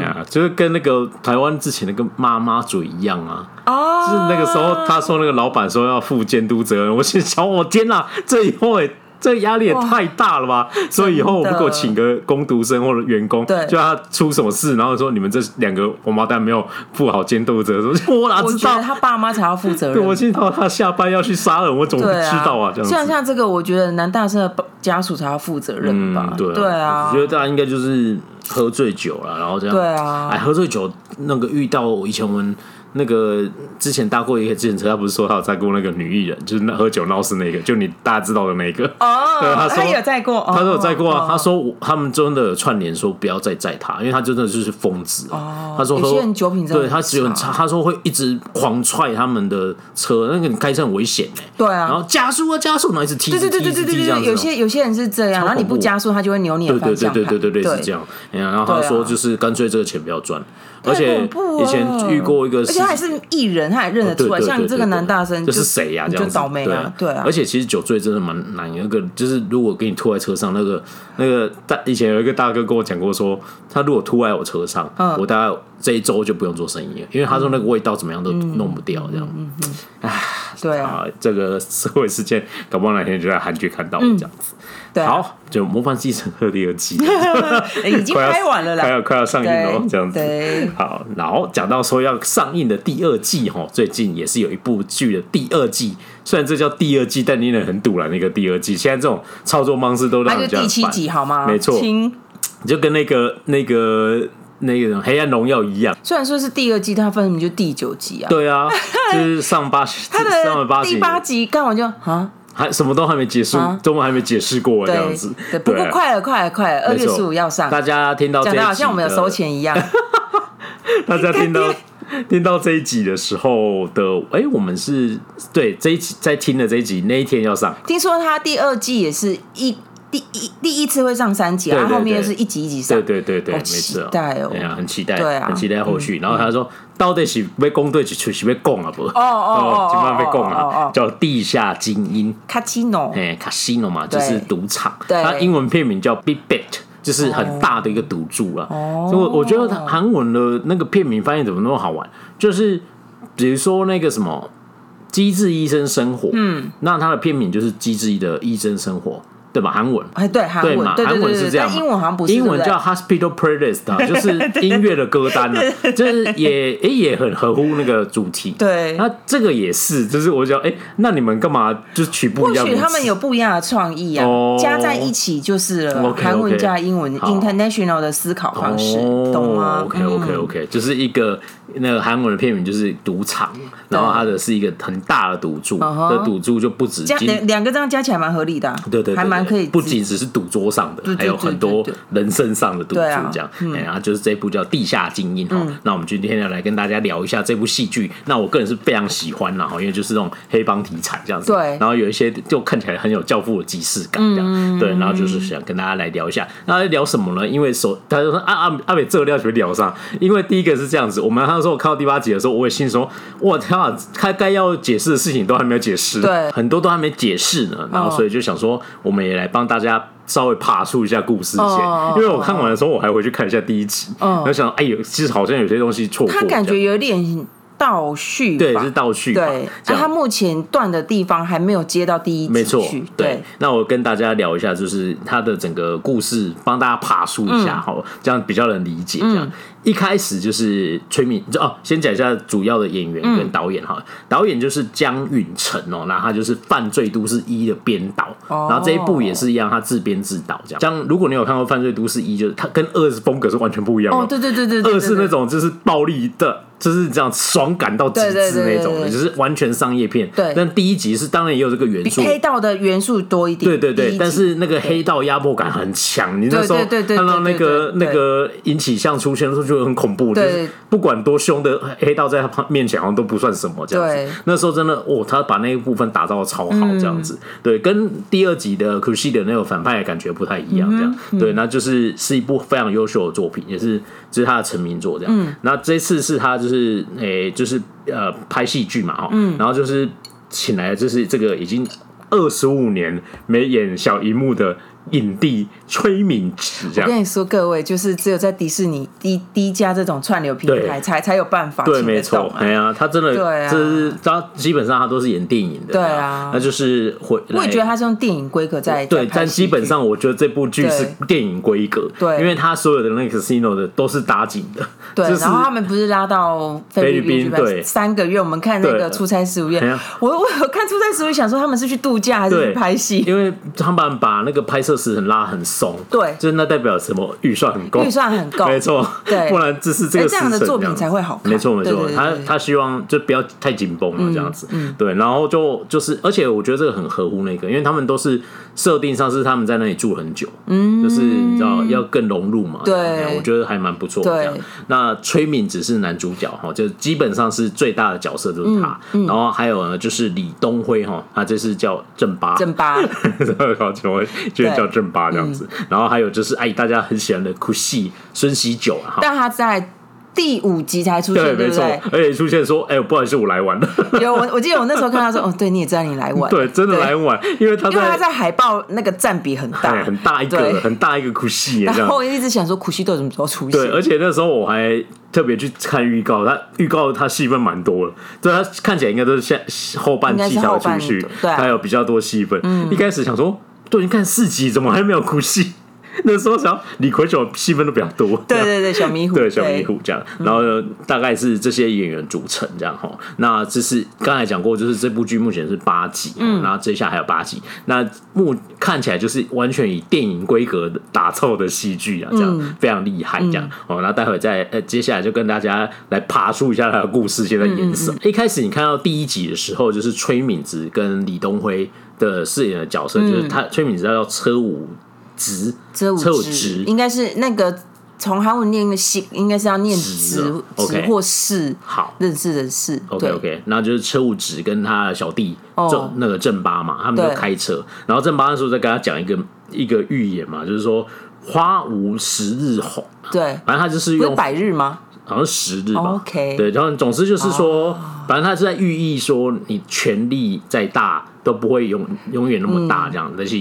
S2: 啊，就是跟那个台湾之前那个妈妈嘴一样啊，
S1: 哦，
S2: 就是那个时候他说那个老板说要负监督责任，我心想我天哪、这以后也这压力也太大了吧！所以以后我如果请个工读生或者员工，
S1: 对
S2: 就他出什么事，然后说你们这两个王八蛋没有负好监督责任，我哪
S1: 我
S2: 知
S1: 觉
S2: 道
S1: 得？他爸妈才要负责
S2: 对，我
S1: 任。
S2: 心想他下班要去杀人，我怎么会
S1: 对
S2: 知
S1: 啊，
S2: 道啊？这
S1: 像
S2: 样子，
S1: 像这个，我觉得男大生的家属才要负责任吧
S2: 嗯，？对
S1: 对啊
S2: 我觉，得大家应该就是喝醉酒了，然后这样。
S1: 对啊
S2: 哎，喝醉酒那个遇到我以前我们那个之前搭过一个自行车，他不是说他有载过那个女艺人，就是那喝酒闹事那个，就你大家知道的那个。 对
S1: 哦
S2: 他，说
S1: 有在过，哦
S2: 他说有载过啊
S1: 哦，
S2: 他说我他们真的有串联说不要再载他，因为他真的就是疯子啊。他说
S1: 有些
S2: 说
S1: 人酒品真的
S2: 对
S1: 哦很
S2: 他只有很差，他说会一直狂踹他们的车，那个你开车很危险哎。
S1: 对
S2: 然后
S1: 啊，
S2: 加速啊加速，然后一直踢，
S1: 对对对
S2: 一直
S1: 对对
S2: 踢
S1: 对
S2: 一直踢这样
S1: 对，
S2: 子哦
S1: 有些有些人是这样，
S2: 超恐怖
S1: 然后你不加速，他就会扭你的
S2: 对对
S1: 方
S2: 对
S1: 向
S2: 对
S1: 盘，
S2: 对对对是这样。哎呀然后他
S1: 对啊
S2: 说就是干脆这个钱不要赚，而且
S1: 太恐怖了
S2: 以前遇过一个
S1: 而
S2: 司
S1: 且
S2: 机，
S1: 他还是艺人，他还认得
S2: 对
S1: 出来。
S2: 对
S1: 像
S2: 对
S1: 这个
S2: 对
S1: 男
S2: 对
S1: 大生，
S2: 这是谁呀？
S1: 你
S2: 这
S1: 就
S2: 样子
S1: 倒霉
S2: 对
S1: 啊
S2: 啊，，
S1: 对啊
S2: 而。且其实酒醉真的蛮难，那个就是如果给你吐在车上，那个那个大以前有一个大哥跟我讲过说，他如果吐在我车上，
S1: 嗯
S2: 我大概这一周就不用做生意了，因为他说那个味道怎么样都弄不掉这样。
S1: 嗯对啊，
S2: 啊，这个社会事件，搞不好哪天就在韩剧看到这样子。
S1: 对啊，
S2: 好，就《模范继承二》第二季。
S1: 诶已经
S2: 快要
S1: 拍完了
S2: 快
S1: 啦。
S2: 要快要上映了，哦
S1: 对
S2: 这样子
S1: 对。
S2: 好，然后讲到说要上映的第二季哈，最近也是有一部剧的第二季，虽然这叫第二季，但你也很堵了那个第二季。现在这种操作方式都
S1: 那
S2: 让
S1: 就
S2: 人家
S1: 第
S2: 很
S1: 七
S2: 烦
S1: 集好吗？
S2: 没错，
S1: 亲，
S2: 就跟那个那个那个什么黑暗荣耀一样。
S1: 虽然说是第二季，但它分明就第九集啊。
S2: 对啊，就是上八
S1: 他
S2: 上了八
S1: 的
S2: 集
S1: 第，八集看完就啊，
S2: 还什么都还没结束
S1: 啊，
S2: 中文还没解释过这
S1: 对
S2: 样子。
S1: 对，不过
S2: 啊
S1: 快了，快了，快了，二
S2: 没
S1: 月
S2: 错
S1: 十五要上，
S2: 大家听到这
S1: 讲
S2: 一
S1: 的好
S2: 集
S1: 像我们有
S2: 的
S1: 收钱一样。
S2: 大家听到听到这一集的时候的，哎、我们是对这一集在听的这一集那一天要上，
S1: 听说他第二季也是一第一第一次会上三集，
S2: 对
S1: 然后
S2: 对
S1: 后面又
S2: 对
S1: 是一集一集上
S2: 对。对对对，
S1: 好
S2: 没错，
S1: 期待哦
S2: 对啊，很期待，
S1: 对啊
S2: 很期待后续。然后他说，到底是被攻对起去，是被供啊不？哦
S1: 哦哦
S2: 今晚被供
S1: 哦哦哦
S2: 啊，叫地下精英，
S1: 卡奇诺，
S2: 哎，casino 嘛，就
S1: 对
S2: 是赌场，
S1: 对哦
S2: 它英文片名叫 Big Bet。就是很大的一个赌注啊，所以我我觉得韩文的那个片名翻译怎么那么好玩？就是比如说那个什么《机智医生生活》，嗯，那它的片名就是《机智的医生生活》，对吧？韩文。
S1: 哎，对，韩
S2: 对
S1: 文，
S2: 嘛？
S1: 对对
S2: 韩
S1: 对
S2: 文
S1: 对
S2: 是
S1: 对，
S2: 这样
S1: 但
S2: 嘛，
S1: 英文好像不是，
S2: 英文
S1: 对不对
S2: 叫 Hospital Playlist，啊， 就是音乐的歌单啊， 就是也诶也很合乎那个主题。
S1: 对
S2: 那这个也是，就是我想，哎，那你们干嘛就是取不
S1: 或
S2: 一样的
S1: 许
S2: 名字？
S1: 他们有不一样的创意啊
S2: 哦，
S1: 加在一起就是了。
S2: OK，OK
S1: 韩文加英文
S2: 好
S1: ，international 的思考方式
S2: 哦，
S1: 懂吗
S2: OK OK OK，就是一个那个韩文的片名就是赌场，然后它的是一个很大的赌注，
S1: 嗯哼
S2: 的赌注就不止
S1: 这样
S2: 金
S1: 两两个这样加起来蛮合理的啊，
S2: 对对，对
S1: 还蛮
S2: 对
S1: 可以。
S2: 不仅只是赌桌上的，
S1: 对对
S2: 还有
S1: 对
S2: 很
S1: 对
S2: 多
S1: 对
S2: 人身上的赌注
S1: 对啊嗯
S2: 这样。哎然后就是这部叫《地下精英》哈，那我们今天要来跟大家聊一下这部戏剧。那我个人是非常喜欢啦哈，因为就是那种黑帮题材这样子。
S1: 对
S2: 然后有一些就看起来很有教父的即视感这
S1: 嗯
S2: 样。对，然后就是想跟大家来聊一下。那聊什么呢？因为首他就说啊啊阿美这个料全聊上，因为第一个是这样子，我们那时候看到第八集的时候，我也心说，我天啊，他该要解释的事情都还没有解释，
S1: 对
S2: 很多都还没解释
S1: 哦
S2: 呢。然后所以就想说，我们也来帮大家稍微爬出一下故事线，
S1: 哦
S2: 因为我看完的时候，我还回去看一下第一集，
S1: 哦
S2: 然后想，哎呦，其实好像有些东西错过，
S1: 他感
S2: 这
S1: 觉
S2: 样
S1: 有点倒叙吧，
S2: 对是倒叙吧，
S1: 对，
S2: 这
S1: 那
S2: 样
S1: 他目前断的地方还没有接到第一集
S2: 没错
S1: 去，
S2: 对。那我跟大家聊一下，就是它的整个故事，帮大家爬梳一
S1: 嗯
S2: 下，好、这样比较能理解。这样、一开始就是崔敏，就哦，先讲一下主要的演员
S1: 嗯
S2: 跟导演哈、导演就是江允成哦，那他就是《犯罪都市一》的编导、
S1: 哦
S2: 然后这一部也是一样，他自编自导这样。像如果你有看过《犯罪都市一》，就是他跟二是风格是完全不一样的。
S1: 哦，对对对对，对
S2: 二是
S1: 对
S2: 那。
S1: 对
S2: 种就是暴力的，就是这样爽感到极
S1: 对对
S2: 致
S1: 对对
S2: 那种的，
S1: 对对
S2: 就是完全商业片。
S1: 对
S2: 但第一集是当然也有这个元
S1: 比
S2: 素，
S1: 黑道的元素多一点，
S2: 对对
S1: 第一
S2: 对，
S1: 集
S2: 但是那个黑道压迫感很强，你那时候
S1: 对对对对
S2: 看到那个
S1: 对对对
S2: 那个引起像出现的时候就很恐怖，就
S1: 对
S2: 是不管多凶的黑道在他旁面前好像都不算什么这样
S1: 对
S2: 子。那时候真的哦，他把那一部分打造的超好
S1: 嗯
S2: 这样子，对，跟第二集的 c u s h i 的那个反派的感觉不太一样
S1: 嗯
S2: 这样。对，那就是是一部非常优秀的作品，也是就是他的成名作这样。
S1: 嗯
S2: 那这次是他就是诶、就是呃拍戏剧嘛哈，
S1: 嗯
S2: 然后就是请来就是这个已经二十五年没演小荧幕的影帝崔敏植这
S1: 我跟
S2: 样。
S1: 你说，各位就是只有在迪士尼低低价这种串流平台
S2: 对
S1: 才才有办法
S2: 对，
S1: 请
S2: 没
S1: 得
S2: 错
S1: 动，啊
S2: 哎呀、他真的，
S1: 对啊
S2: 这是他基本上他都是演电影的，
S1: 对啊
S2: 这样那就是回。
S1: 我也觉得
S2: 来
S1: 他是用电影规格在在
S2: 对，
S1: 拍
S2: 但
S1: 戏
S2: 基本
S1: 剧
S2: 上我觉得这部剧是
S1: 对
S2: 电影规格，
S1: 对
S2: 因为他所有的那个 casino 的都是打景的，
S1: 对，
S2: 就是
S1: 然后他们不是拉到菲律
S2: 菲律
S1: 宾
S2: 宾
S1: 去
S2: 对
S1: 办三个月？我们看那个
S2: 对
S1: 出差十五夜
S2: 哎呀，
S1: 我我有看出差十五夜，想说他们是去度假还是
S2: 对
S1: 去拍戏？
S2: 因为他们把那个拍摄时很拉很松，
S1: 对
S2: 就是那代表什么预算很够，
S1: 预算很够
S2: 没错，
S1: 对
S2: 不然这是这个
S1: 哎这样的
S2: 时辰
S1: 作品
S2: 子
S1: 才会好看
S2: 没错没
S1: 对
S2: 错
S1: 对，对
S2: 他
S1: 对嗯
S2: 他希望就不要太紧绷了这样子，对，然后就就是，而且我觉得这个很合乎那个，因为他们都是设定上是他们在那里住很久，嗯，就是你知道要更融入嘛，
S1: 对
S2: 这样我觉得还蛮不错，
S1: 对
S2: 这样。那崔敏只是男主角哈，就基本上是最大的角色就是他，
S1: 嗯
S2: 然后还有呢就是李东辉哈，他这是叫正八，
S1: 正八
S2: 搞起我觉得叫正八这样子。
S1: 嗯
S2: 然后还有就是哎，大家很喜欢的哭戏孙喜九啊，哈
S1: 但他在第五集才出现，
S2: 对，
S1: 对
S2: 没
S1: 不
S2: 错
S1: 对？，
S2: 而且出现说，哎，不好意思，我 来晚了，
S1: 有我我记得我那时候看他说，哦，对，你也知道你来晚，
S2: 对，真的来晚，因为他
S1: 因为他
S2: 在
S1: 在海报那个占比很
S2: 啊哎
S1: 大，
S2: 很大一个
S1: 对
S2: 很大一个哭戏耶这
S1: 然
S2: 样
S1: 后。我一直想说，苦西豆什么时候出
S2: 对，
S1: 现？
S2: 而且那时候我还特别去看预告，他预告他戏份蛮多了，对他看起来应该都是下后半季才会出
S1: 应该
S2: 去
S1: 是后半，对嗯
S2: 还有比较多戏份。一开始想说，都已经看四集，怎么还没有哭戏？ 那时候想李逵九戏份都比较多，
S1: 对对对，小迷糊，
S2: 对，小迷糊这样。然后呢大概是这些演员组成这样哈。那这是刚才讲过，就是这部剧目前是八集，然后接下来还有八集。那目看起来就是完全以电影规格打造的戏剧啊，这样、非常厉害这样。哦，那待会再呃，接下来就跟大家来爬梳一下它的故事现在演什么。一开始你看到第一集的时候，就是崔敏植跟李东辉的饰演的角色，就是他崔敏植叫车武直，
S1: 遮
S2: 嗯车武
S1: 五
S2: 直
S1: 直，应该是那个从韩文念个西，应该是要念
S2: 直
S1: 直
S2: 哦
S1: 直
S2: OK
S1: 或是
S2: 好。
S1: 认识的是，
S2: OK
S1: 对。
S2: OK，那就是车务直跟他的小弟
S1: 哦
S2: 正、那个正八嘛，他们就
S1: 对
S2: 开车，然后正八那时候在跟他讲一个一个预言嘛，就是说花无十日红，啊
S1: 对，
S2: 反正他就是
S1: 不是
S2: 用
S1: 百日吗？
S2: 好像十日吧、
S1: 哦，OK 哦
S2: 对，然后总之就是说，反正他是在寓意说你权力再大都不会永永远那么大
S1: 嗯
S2: 这样，但是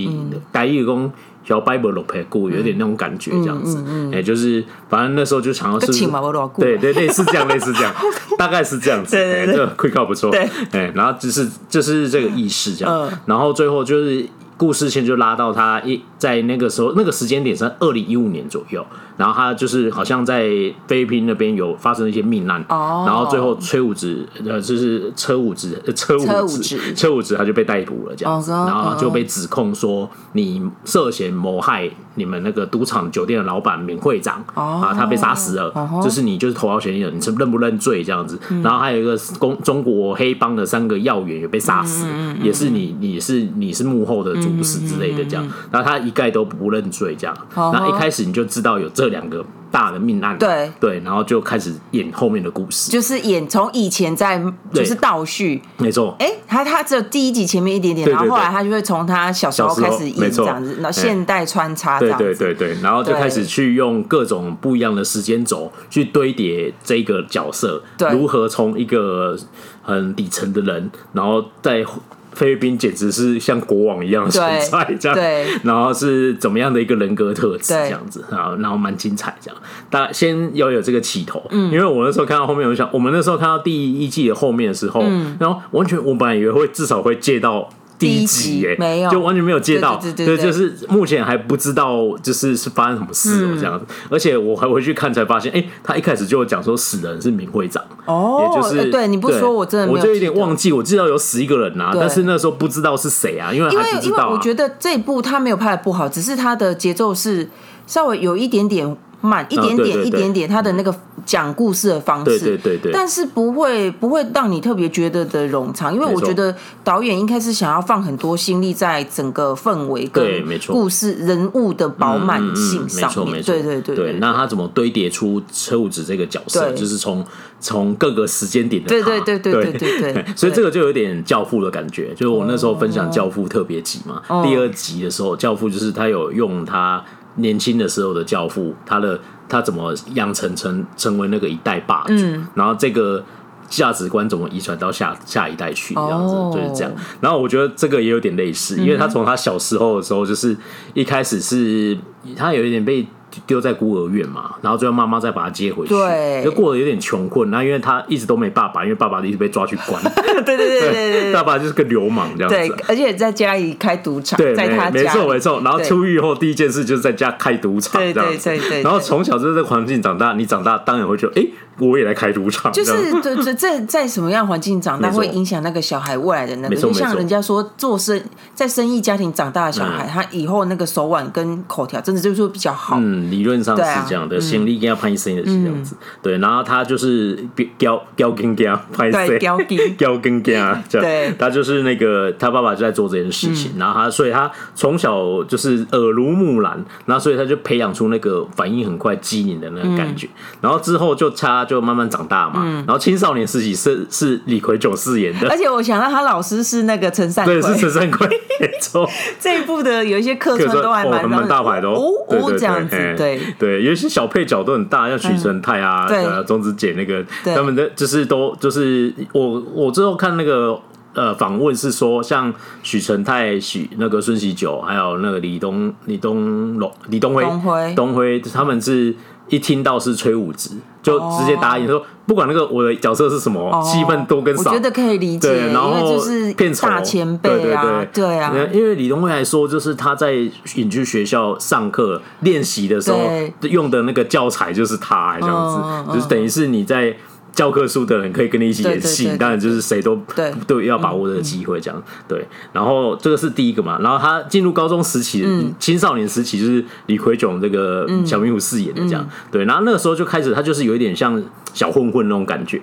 S2: 白日公。小 Bible 落配故有点那种感觉，这样子，
S1: 嗯
S2: 哎、就是反正那时候就想要是不
S1: 个
S2: 是
S1: 请嘛我老顾
S2: 对对，类似这样，类似这样，大概是这样子。
S1: 对对
S2: 哎
S1: 对
S2: 这个 quick call 不错。
S1: 对
S2: 哎，然后就是就是这个意识这样
S1: 嗯，
S2: 然后最后就是。故事线就拉到他一在那个时候那个时间点是二零一五年左右，然后他就是好像在菲律宾那边有发生一些命案，
S1: 哦
S2: 然后最后崔武植呃就是车武植呃车
S1: 车
S2: 武
S1: 武
S2: 植
S1: 植
S2: 车武植他就被逮捕了这样子，
S1: 哦
S2: 然后就
S1: 哦
S2: 被指控说你涉嫌谋害你们那个赌场酒店的老板闵会长
S1: 哦
S2: 啊，他被杀死了
S1: 哦，嗯吼
S2: 就是你就是头号嫌疑人，你是认不认罪这样子，然后还有一个公中国黑帮的三个要员也被杀
S1: 嗯
S2: 死，也是你你是你是幕后的主使之类的这样，然后他一概都不认罪这样，
S1: 哦吼
S2: 然后一开始你就知道有这两个大的命案，
S1: 对
S2: 对，然后就开始演后面的故事，
S1: 就是演从以前在
S2: 对
S1: 就是倒叙，
S2: 没错，
S1: 哎，他他只有第一集前面一点点，
S2: 对对
S1: 然后后来
S2: 对
S1: 他就会从他小时候
S2: 小时候
S1: 开始
S2: 没
S1: 演
S2: 错
S1: 这样子，然后
S2: 哎
S1: 现代穿插这
S2: 对
S1: 样子，
S2: 对对对，然后就
S1: 对
S2: 开始去用各种不一样的时间轴去堆叠这个角色，
S1: 对
S2: 如何从一个很底层的人，然后在菲律宾简直是像国王一样的存
S1: 对
S2: 在，这样
S1: 对
S2: 然后是怎么样的一个人格特质
S1: 对
S2: 这样子，然后然后蛮精彩这样。但先要有这个起头，
S1: 嗯
S2: 因为我那时候看到后面，我就想我们那时候看到第一季的后面的时候，然后完全我本来以为会至少会借到。第
S1: 嗯第
S2: 一
S1: 一
S2: 集
S1: 集
S2: 耶、
S1: 没有
S2: 就完全没有借到，
S1: 对对对对
S2: 就
S1: 对
S2: 是目前还不知道就是是发生什么事
S1: 嗯
S2: 哦、这样子，而且我还回去看才发现，哎、他一开始就有讲说死人是闵会长，
S1: 哦
S2: 也就是、
S1: 呃对你不说我真的没
S2: 我
S1: 有
S2: 就有
S1: 记
S2: 点
S1: 得
S2: 忘记，我记得有死一个人呐、啊
S1: 对
S2: 但是那时候不知道是谁啊，因为
S1: 因为
S2: 还不知
S1: 因为
S2: 道、啊，
S1: 我觉得这一部他没有拍的不好，只是他的节奏是稍微有一点点慢，一点
S2: 哦对
S1: 点、
S2: 对对
S1: 一点点，他的那个讲故事的方式，
S2: 对对对对
S1: 但是不会不会让你特别觉得的冗长，因为
S2: 没
S1: 我
S2: 错
S1: 觉得导演应该是想要放很多心力在整个氛围
S2: 对
S1: 跟
S2: 没错
S1: 故事人物的饱满性上
S2: 嗯
S1: 面，
S2: 嗯嗯、没错没
S1: 对
S2: 错，
S1: 对对
S2: 对。那他怎么堆叠出车武子这个角色，
S1: 对
S2: 就是从从各个时间点的
S1: 对
S2: 他
S1: 对对对
S2: 对
S1: 对对对对
S2: 所以这个就有点教父的感觉，就是我那时候分享教父特别集嘛，
S1: 哦
S2: 第二集的时候，教父就是他有用他年轻的时候的教父，他的他怎么养成成成为那个一代霸主，
S1: 嗯
S2: 然后这个。价值观怎么遗传到下下一代去？这样子、
S1: 哦
S2: 就是这样。然后我觉得这个也有点类似，因为
S1: 嗯
S2: 他从他小时候的时候，就是一开始是他有一点被丢在孤儿院嘛，然后最后妈妈再把他接回去，
S1: 对
S2: 就过得有点穷困。然后因为他一直都没爸爸，因为爸爸一直被抓去关，
S1: 对对对对对对
S2: 爸爸就是个流氓这样
S1: 对
S2: 子。，
S1: 而且在家里开赌场
S2: 对，，
S1: 在他
S2: 没没
S1: 家
S2: 错
S1: 里，
S2: 没错。然后
S1: 对
S2: 出狱后第一件事就是在家开赌场，
S1: 对
S2: 这样子
S1: 对对对
S2: 然后
S1: 对
S2: 从小就在这个环境长大，你长大当然会觉得，哎，我也来开赌场，
S1: 就
S2: 这样
S1: 是这这这在什么样的环境长大，
S2: 没错
S1: 会影响那个小孩未来的那个。
S2: 没错
S1: 就
S2: 没
S1: 像
S2: 错
S1: 人家说，做生在生意家庭长大的小孩，
S2: 嗯
S1: 他以后那个手腕跟口条，真的就是会比较好。
S2: 嗯，理论上
S1: 对啊嗯
S2: 是这样的，行李跟要拍生的是这样子，对，然后他就是雕雕跟雕拍生
S1: 对，，雕金，
S2: 雕跟雕，这样
S1: 对嗯
S2: 他就是那个他爸爸就在做这件事情，然后他所以他从小就是耳濡目染，然后所以他就培养出那个反应很快、机灵的那个感觉，
S1: 嗯
S2: 然后之后就他就慢慢长大嘛，然后青少年时期是是李逵炯饰演的
S1: 而。且我想到他老师是那个陈善
S2: 对，
S1: 奎，
S2: 是陈三桂，没 错。
S1: 这一部的有一些客
S2: 各
S1: 串
S2: 种
S1: 都还
S2: 哦
S1: 蛮
S2: 还蛮大牌的
S1: 哦
S2: 哦，对
S1: 哦
S2: 对对
S1: 这样子
S2: 嘿，
S1: 对
S2: 对，有一些小配角都很大，像许成泰啊，
S1: 嗯对
S2: 呃钟子姐那个，
S1: 对
S2: 他们的就是都就是我我之后看那个。呃，访问是说，像许成泰、许那个孙喜九，还有那个李东、李东龙、李东辉、
S1: 东辉
S2: 东辉，他们是一听到是崔武植，就直接答应说，不管那个我的角色是什么，
S1: 哦
S2: 戏份多跟
S1: 我
S2: 少，
S1: 觉得可以理解，
S2: 对，然
S1: 因为
S2: 后
S1: 就是
S2: 变丑
S1: 大前辈
S2: 对
S1: 啊
S2: 对，
S1: 对啊，
S2: 因为李东辉还说，就是他在影剧学校上课练习的时候
S1: 对
S2: 用的那个教材就是他这样子，
S1: 嗯嗯嗯
S2: 就是等于是你在。教科书的人可以跟你一起演
S1: 对对
S2: 戏
S1: 对，对
S2: 当然就是谁都
S1: 对嗯
S2: 都要把握这个机会这样。对，然后这个是第一个嘛，然后他进入高中时期，
S1: 嗯
S2: 青少年时期就是李奎炯这个小明虎饰演的这样。
S1: 嗯
S2: 对，然后那个时候就开始，他就是有一点像小混混那种感觉，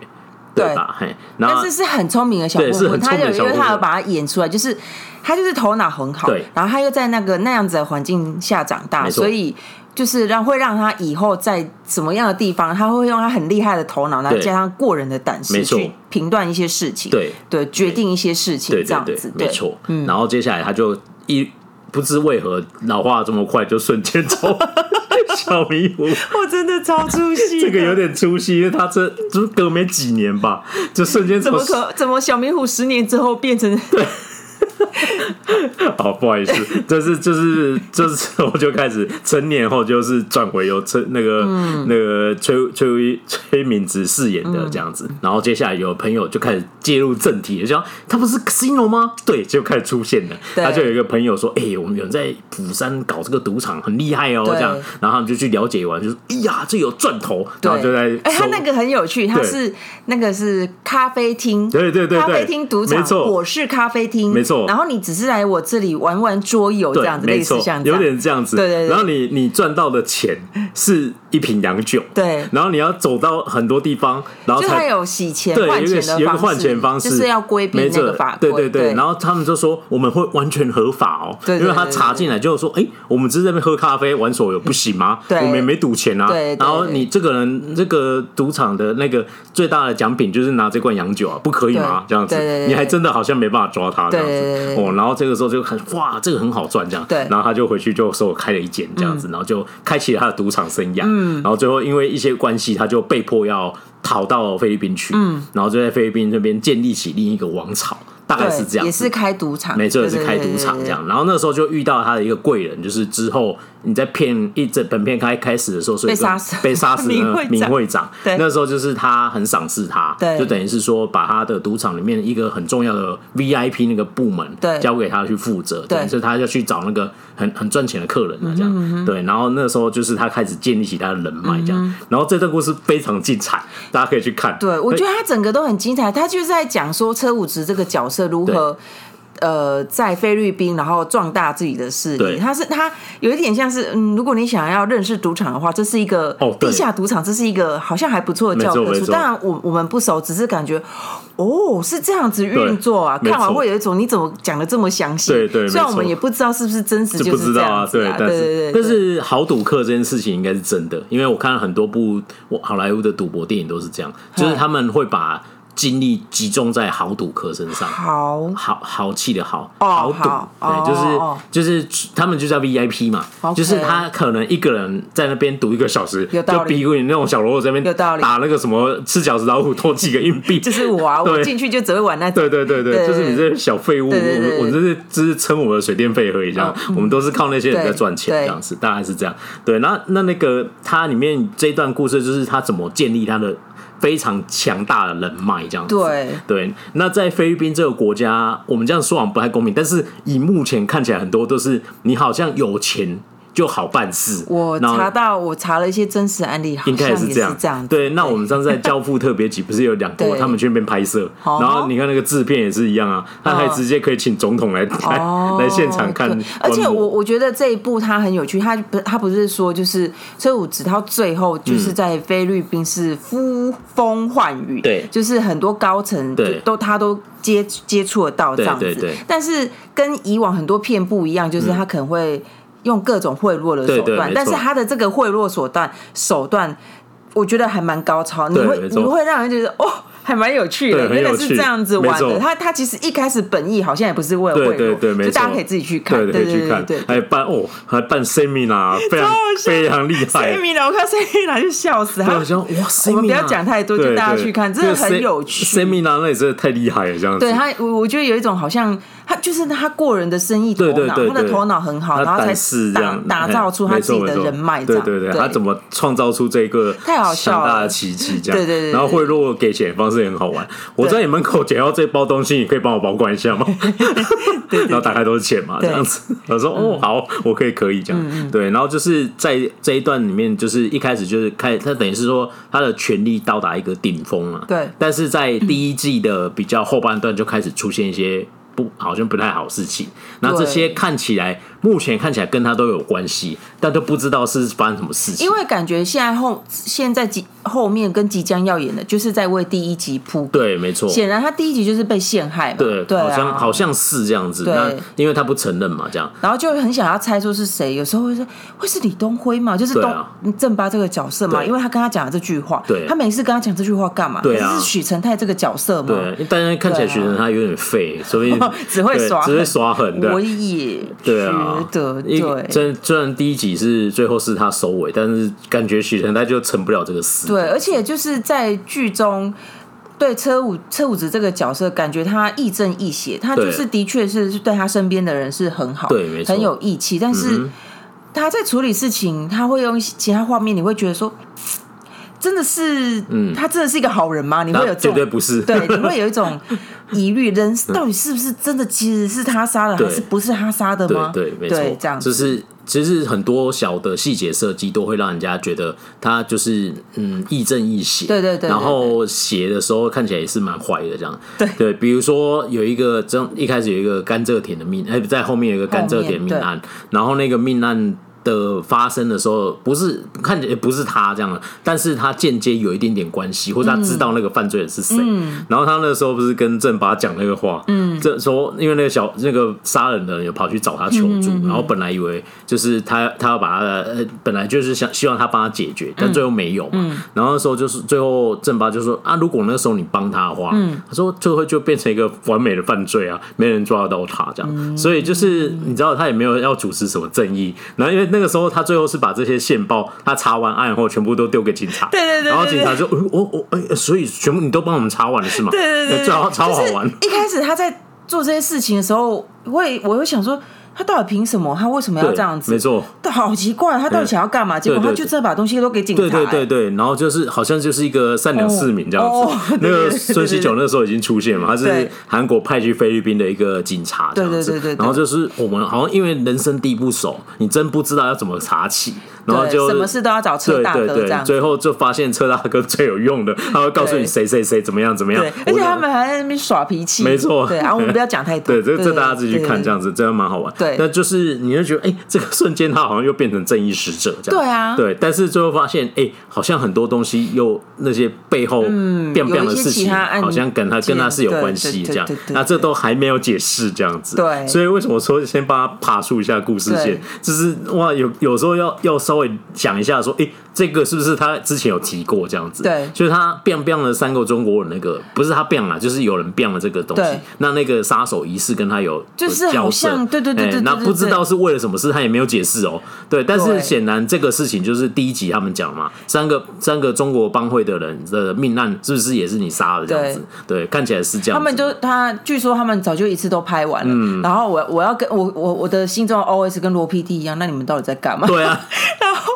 S2: 对
S1: 对
S2: 吧？嘿，然后
S1: 但是是很聪明的小
S2: 对
S1: 混
S2: 是很
S1: 混，他
S2: 聪明
S1: 有
S2: 的小
S1: 因
S2: 混
S1: 为
S2: 混
S1: 他有把他演出来，就是他就是头脑很好
S2: 对，
S1: 然后他又在那个那样子的环境下长大，
S2: 没错
S1: 所以就是让会让他以后在什么样的地方，他会用他很厉害的头脑，然后
S2: 对
S1: 加上过人的胆
S2: 没
S1: 识
S2: 错
S1: 去评断一些事情，
S2: 对
S1: 对，决定一些事情
S2: 对
S1: 这样
S2: 对
S1: 子嗯
S2: 对，，没错。然后接下来他就一不知为何老化这么快，就瞬 间从小迷糊。
S1: 我真的超出戏，
S2: 这个有。点出息，因为他这就是隔没几年吧，就瞬间
S1: 怎
S2: 从
S1: 么可？怎么小明虎十年之后变成
S2: 好，哦不好意思，这是就是就是， 我就开始成年后就是转回由崔那个、
S1: 嗯
S2: 那个崔崔崔敏植饰演的这样子，然后接下来有朋友就开始介入正题，就说他不是 casino 吗？对，就开始出现了，
S1: 对
S2: 他就有一个朋友说，哎、我们有人在釜山搞这个赌场，很厉害哦，
S1: 对
S2: 这样，然后他们就去了解完，就说，哎呀，这有赚头，然哦后就在
S1: 哎、他
S2: 搜
S1: 那个很有趣，他是那个是咖啡厅，
S2: 对对对对
S1: 咖啡厅赌场
S2: 没，错
S1: 我是咖啡厅，
S2: 没错
S1: 然后你只是来我这里玩玩桌游这
S2: 对，
S1: 样子，
S2: 没
S1: 类似
S2: 错，
S1: 像这
S2: 有
S1: 样，
S2: 点这样子。
S1: 对对对
S2: 然后你你赚到的钱是一瓶洋酒，
S1: 对
S2: 然后你要走到很多地方，然后
S1: 就他
S2: 才。
S1: 有洗钱
S2: 对，
S1: 换
S2: 有一
S1: 钱
S2: 个
S1: 的
S2: 有一个换钱方式，
S1: 就是要规避
S2: 没
S1: 那个
S2: 错
S1: 法规，
S2: 对对对，然后他们就说我们会完全合法哦，
S1: 对对对
S2: 因为他查进来就说，哎，我们只是在那边喝咖啡玩手游不行吗？
S1: 对
S2: 我们也没赌钱啊。
S1: 对对对
S2: 然后你这个人这个赌场的那个最大的奖品就是拿这罐洋酒啊，不可以吗？
S1: 对
S2: 这样子
S1: 对对对，对
S2: 你还真的好像没办法抓他这样
S1: 对对对
S2: 子
S1: 对
S2: 哦。然后这个时候就很哇，这个很好赚这样，
S1: 对
S2: 然后他就回去就说我开了一间这样子，然后就开启了他的赌场生涯。嗯，然后最后因为一些关系，他就被迫要逃到菲律宾去，嗯，然后就在菲律宾那边建立起另一个王朝，大概是这
S1: 对
S2: 样
S1: 也
S2: 子
S1: 是。开赌场，
S2: 没错，也
S1: 对
S2: 是开赌场这。样。然后那时候就遇到他的一个贵人，就是之后你在片一整本片开开始的时候，是有一个
S1: 被杀死
S2: 被 杀死的
S1: 明慧长
S2: 明会长。
S1: 对
S2: 那时候就是他很赏识他，
S1: 对
S2: 就等于是说把他的赌场里面一个很重要的 VIP 那个部门，
S1: 对
S2: 交给他去负责，
S1: 对嗯
S2: 等于是他要去找那个很很赚钱的客人啊，这样。对，然后那时候就是他开始建立起他的人脉这样。然后这段故事非常精彩，大家可以去看。
S1: 嗯对对，我觉得他整个都很精彩，他就是在讲说车武直这个角色如何。呃，在菲律宾，然后壮大自己的势
S2: 对
S1: 力，他是他有一点像是，嗯，如果你想要认识赌场的话，这是一个
S2: 哦对
S1: 地下赌场，这是一个好像还不错的教
S2: 没错
S1: 科
S2: 没
S1: 书。
S2: 错
S1: 当然我，我们不熟，只是感觉哦是这样子运作啊，
S2: 对
S1: 看完
S2: 没错
S1: 会有一种你怎么讲的这么详细？
S2: 对对没
S1: 虽然我
S2: 错
S1: 们也不知道是不是真实，
S2: 这
S1: 就
S2: 不知
S1: 是这
S2: 道
S1: 样
S2: 啊，
S1: 子啊，
S2: 但
S1: 对对
S2: 是
S1: 对，
S2: 但是豪赌客这件事情应该是真的，因为我看了很多部我好莱坞的赌博电影都是这样，就是他们会把精力集中在豪赌客身上。
S1: 好，
S2: 豪豪气的豪，
S1: 哦
S2: 豪
S1: 好哦哦
S2: 赌，
S1: 哦
S2: 对，就是就是他们就叫 VIP 嘛
S1: OK
S2: 就是他可能一个人在那边赌一个小时，
S1: 有道
S2: 就
S1: 理
S2: 比过你那种小喽啰在那边
S1: 有道理
S2: 打那个什么吃饺子老虎多几个硬币，
S1: 就是我 啊，我
S2: 对
S1: 进去就只会玩那种。
S2: 对对对对，
S1: 对
S2: 就是你这些小废物，我
S1: 对对对
S2: 们
S1: 对
S2: 我们这是这是撑我的水电费而已，这样，我们都是靠那些人在赚钱，
S1: 对
S2: 这
S1: 对
S2: 样子，大概是这样。对，那那那个它里面这一段故事就是他怎么建立他的非常强大的人脉，这样子。
S1: 对
S2: 对，那在菲律宾这个国家，我们这样说好像不太公平，但是以目前看起来，很多都是你好像有钱就好办事，
S1: 我
S2: 然后
S1: 查到，我查了一些真实案例，好
S2: 应
S1: 像
S2: 该
S1: 也
S2: 是这样，
S1: 这样子。
S2: 对，那我们上次在《教父》特别集不是有两国
S1: 对
S2: 他们去那边拍摄，
S1: 哦
S2: 然后你看那个制片也是一样啊，他还直接可以请总统来
S1: 哦，
S2: 来来现场看
S1: 对
S2: 观
S1: 而且
S2: 摩
S1: 我我觉得这一部它很有趣，它不它不是说就是崔武直到最后
S2: 嗯
S1: 就是在菲律宾是呼风唤雨，
S2: 对
S1: 就是很多高层
S2: 对
S1: 就都他都接接触得到这样子，
S2: 对对对
S1: 但是跟以往很多片不一样，就是他可能会用各种贿赂的手段，
S2: 对对没错
S1: 但是他的这个贿赂手段手段，我觉得还蛮高超，你
S2: 对
S1: 会
S2: 没
S1: 你
S2: 错
S1: 会让人觉得哦。还蛮有趣的，
S2: 对很
S1: 原
S2: 有
S1: 来是
S2: 趣
S1: 这样子
S2: 没
S1: 玩
S2: 错
S1: 的。他他其实一开始本意好像也不是为了
S2: 对
S1: 贿赂
S2: 对对，没
S1: 哦就
S2: 错，
S1: 大家可以自己去看，
S2: 对，可
S1: 对
S2: 以去
S1: 对
S2: 看
S1: 对，对。
S2: 还办哦，还办 seminar，非常
S1: 超好笑
S2: 非常厉害
S1: C。米呢？我看 C 米呢就笑死，
S2: 哎对
S1: 他
S2: 我想哇，
S1: 我
S2: seminar，
S1: 们不要讲太多，就
S2: 对
S1: 大家
S2: 对
S1: 去看，
S2: 这
S1: 真的
S2: 个
S1: 很
S2: se-
S1: 有趣。
S2: seminar 那也是太厉害了，这样子。
S1: 对他，我我觉得有一种好像他就是他过人的生意头
S2: 对对
S1: 脑，
S2: 对
S1: 他的
S2: 对
S1: 头脑很好，
S2: 他
S1: 然后才
S2: 胆识这
S1: 打
S2: 样
S1: 打
S2: 嘿
S1: 造出他
S2: 没
S1: 自己
S2: 错
S1: 的
S2: 没错
S1: 人脉这
S2: 对
S1: 样。
S2: 对对，他怎么创造出这个
S1: 太好笑
S2: 强大的
S1: 了
S2: 奇迹这样？
S1: 对对对
S2: 然后贿赂给钱的方式也很好玩。我在你门口捡到这包东西，你可以帮我保管 一下吗？然后打开都是钱嘛，这
S1: 对嗯
S2: 样子。我说哦，好，我可以可以这样。对，然后就是在这一段里面，就是一开始就是开，他等于是说他的权力到达一个顶峰了。
S1: 对
S2: 但是在第一季的比较后半段就开始出现一些不好像不太好的事情，那这
S1: 对
S2: 些看起来目前看起来跟他都有关系，但都不知道是发生什么事情
S1: 因。为感觉现在后现在即后面跟即将要演的，就是在为第一集铺。
S2: 对，没错，
S1: 显然他第一集就是被陷害嘛，
S2: 对，
S1: 对啊，
S2: 好像好像是这样子。
S1: 对
S2: 那因为他不承认嘛，这样
S1: 然后就很想要猜出是谁，有时候会说会是李东辉嘛，就是
S2: 对
S1: 东、
S2: 啊
S1: 正八这个角色嘛，
S2: 对
S1: 因为他跟他讲了这句话，
S2: 对
S1: 他每次跟他讲这句话干嘛？
S2: 对啊
S1: 可是是许成泰这个角色嘛，
S2: 对，但是看起来
S1: 对啊
S2: 许成他有点废，所以
S1: 只会
S2: 对
S1: 耍
S2: 只会
S1: 狠
S2: 耍狠的。
S1: 我也
S2: 对
S1: 觉
S2: 啊，
S1: 得
S2: 因为
S1: 对。
S2: 虽虽然第一集是最后是他收尾，但是感觉许成他就成不了这个死。
S1: 对，而且就是在剧中，对车武车武子这个角色，感觉他亦正亦邪，他
S2: 对
S1: 就是的确是对他身边的人是很好，
S2: 对没错嗯
S1: 很有义气。但是他在处理事情，他会用一些其他画面，你会觉得说， 真的是，他真的是一个好人吗？你会有
S2: 嗯那
S1: 这
S2: 绝对
S1: 种。
S2: 不是，
S1: 对，你会有一 种疑虑，人到底是不是真的？其实是他杀的，
S2: 对
S1: 还是不是他杀的吗？
S2: 对对，没错，
S1: 这样子
S2: 就是其实很多小的细节设计都会让人家觉得他就是嗯亦正亦邪，
S1: 对对对对
S2: 然后邪的时候看起来也是蛮坏的这样，
S1: 对
S2: 对，比如说有一个这样一开始有一个甘蔗田的命，哎，在后面有一个甘蔗田命案，然后那个命案。的发生的时候，不是看起来不是他这样的，但是他间接有一点点关系，或者他知道那个犯罪人是谁。然后他那时候不是跟郑八讲那个话，嗯，这说因为那个小那个杀人的人有跑去找他求助，然后本来以为就是他他要把他的呃本来就是想希望他帮他解决，
S1: 嗯
S2: 但最后没有嘛。然后那时候就是最后郑八就说啊，如果那时候你帮他的话，
S1: 嗯
S2: 他说最后就变成一个完美的犯罪啊，没人抓得到他这样。
S1: 嗯
S2: 所以就是你知道他也没有要主持什么正义，然后因为那个时候他最后是把这些线报他查完案后全部都丢给警察，
S1: 对对对
S2: 然后
S1: 对
S2: 警察就呃我我哎，所以全部你都帮我们查完了是吗？
S1: 对对对对，
S2: 超超好玩。
S1: 就是一开始他在做这些事情的时候，我也我会想说，他到底凭什么？他为什么要
S2: 对
S1: 这样子？
S2: 没错，
S1: 对，好奇怪，他到底想要干嘛？结果
S2: 对
S1: 他
S2: 对
S1: 就真的把东西都给警察、
S2: 对对对对，然后就是好像就是一个善良市民这样
S1: 哦
S2: 子
S1: 哦。
S2: 那
S1: 对对
S2: 个
S1: 对对
S2: 孙锡九那时候已经出现嘛，他是
S1: 对
S2: 韩国派去菲律宾的一个警察这样子。
S1: 对对对对对
S2: 然后就是我们好像因为人生地不熟，你真不知道要怎么查起，然后
S1: 对
S2: 就
S1: 什么事都要找车
S2: 对
S1: 大哥
S2: 对
S1: 这
S2: 对，
S1: 样
S2: 最后就发现车大哥最有用的，他会告诉你
S1: 对
S2: 谁谁谁怎么样怎么样
S1: 对。，
S2: 我
S1: 而且
S2: 的
S1: 他们还在那边耍脾气，
S2: 没错
S1: 对啊，我们不要讲太多，
S2: 对，这个这大家自己去看，
S1: 对
S2: 这。
S1: 对
S2: 样子真的蛮好玩。
S1: 对
S2: 那就是你会觉得，哎、这个瞬间他好像又变成正义使者这样。
S1: 对啊
S2: 对，但是最后发现，哎、好像很多东西又那些背后变变的
S1: 嗯有一些
S2: 事
S1: 其
S2: 情，
S1: 他案
S2: 好像跟他
S1: 件
S2: 跟他是有
S1: 对
S2: 关
S1: 对
S2: 系
S1: 对
S2: 这样
S1: 对对。对
S2: 那这都还没有解释这样子。
S1: 对
S2: 所以为什么说先帮他爬树一下故事线
S1: 对，
S2: 就是哇，有有时候要要稍微想一下说，哎、这个是不是他之前有提过这样子？
S1: 对
S2: 就是他 biang biang 了三个中国人那个，不是他 biang 啊，就是有人 biang 了这个东西
S1: 对。
S2: 那那个杀手仪式跟他有
S1: 就是
S2: 有交涉
S1: 好像对对对
S2: 哎
S1: 对对
S2: 那
S1: 对
S2: 不知道是为了什么事，他也没有解释哦。对，但是
S1: 对
S2: 显然这个事情就是第一集他们讲嘛，三个三个中国帮会的人的命案是不是也是你杀的这样子？对，看起来是这
S1: 他
S2: 样子。
S1: 们就他，据说他们早就一次都拍完了。
S2: 嗯
S1: 然后我我要跟我我我的心中 OS 跟罗 PD 一样，那你们到底在干嘛？
S2: 对啊，
S1: 然后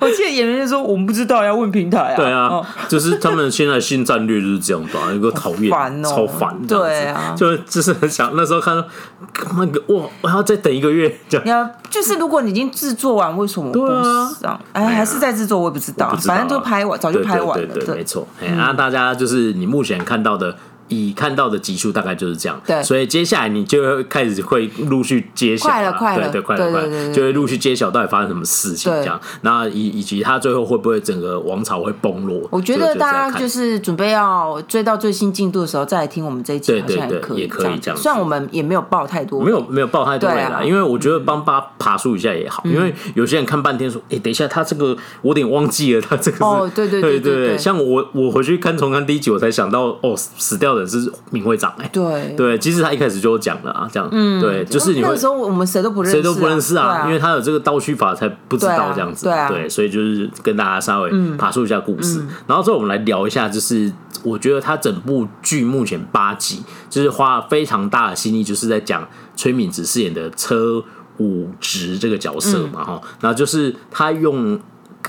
S1: 我记得演员就说：“我们不知道，要问平台啊。”
S2: 对啊
S1: 哦，，
S2: 就是他们现在新战略就是这样吧，有个讨厌，
S1: 好烦哦
S2: 超烦这样子，
S1: 对啊
S2: 就就是很想那时候看到，那个哇，我要再等一个月这样
S1: 你。要就是，如果你已经制作完，为什么不
S2: 啊
S1: 上？哎，还是在制作，我也不知道，
S2: 不知道啊
S1: 反正就拍完，早就拍完
S2: 对
S1: 了。
S2: 对对对，没错。哎，那大家就是你目前看到的。已看到的集数大概就是这样，
S1: 对
S2: 所以接下来你就会开始会陆续揭晓啊，
S1: 快了快了
S2: 对对，快了
S1: 对对
S2: 快
S1: 对
S2: 了，
S1: 对
S2: 就会陆续揭晓到底发生什么事情
S1: 对
S2: 这样，那以以及他最后会不会整个王朝会崩落？
S1: 我觉
S2: 这个
S1: 得
S2: 是
S1: 大
S2: 要
S1: 家
S2: 看
S1: 就是准备要追到最新进度的时候，再来听我们这一集，
S2: 对
S1: 好
S2: 对
S1: 像
S2: 对
S1: 可
S2: 也
S1: 以
S2: 可以这样子
S1: 虽然我们也没有爆太多，
S2: 没有没有爆太多雷
S1: 对
S2: 啦，
S1: 啊嗯
S2: 因为我觉得帮爸爬树一下也好，因为有些人看半天说，哎、等一下他这个我有点忘记了，他这个是
S1: 哦对
S2: 对
S1: 对
S2: 对
S1: 对对对
S2: 像我我回去看重看第一集，我才想到哦，死掉的人是闵会长哎、
S1: 对，
S2: 对，其实他一开始就有讲了啊，这样，嗯，对，就是你
S1: 那
S2: 会
S1: 个时候我们谁都不认识、
S2: 谁都不认识啊，因为
S1: 对啊，
S2: 他有这个倒叙法才不知
S1: 对
S2: 道
S1: 啊
S2: 这样子，
S1: 对啊嗯
S2: 所以就是跟大家稍微爬述一下故事，然后最后我们来聊一下，就是我觉得他整部剧目前八集，就是花了非常大的心力，就是在讲崔敏植饰演的车武直这个角色
S1: 嗯
S2: 嘛，哈、然后就是他用。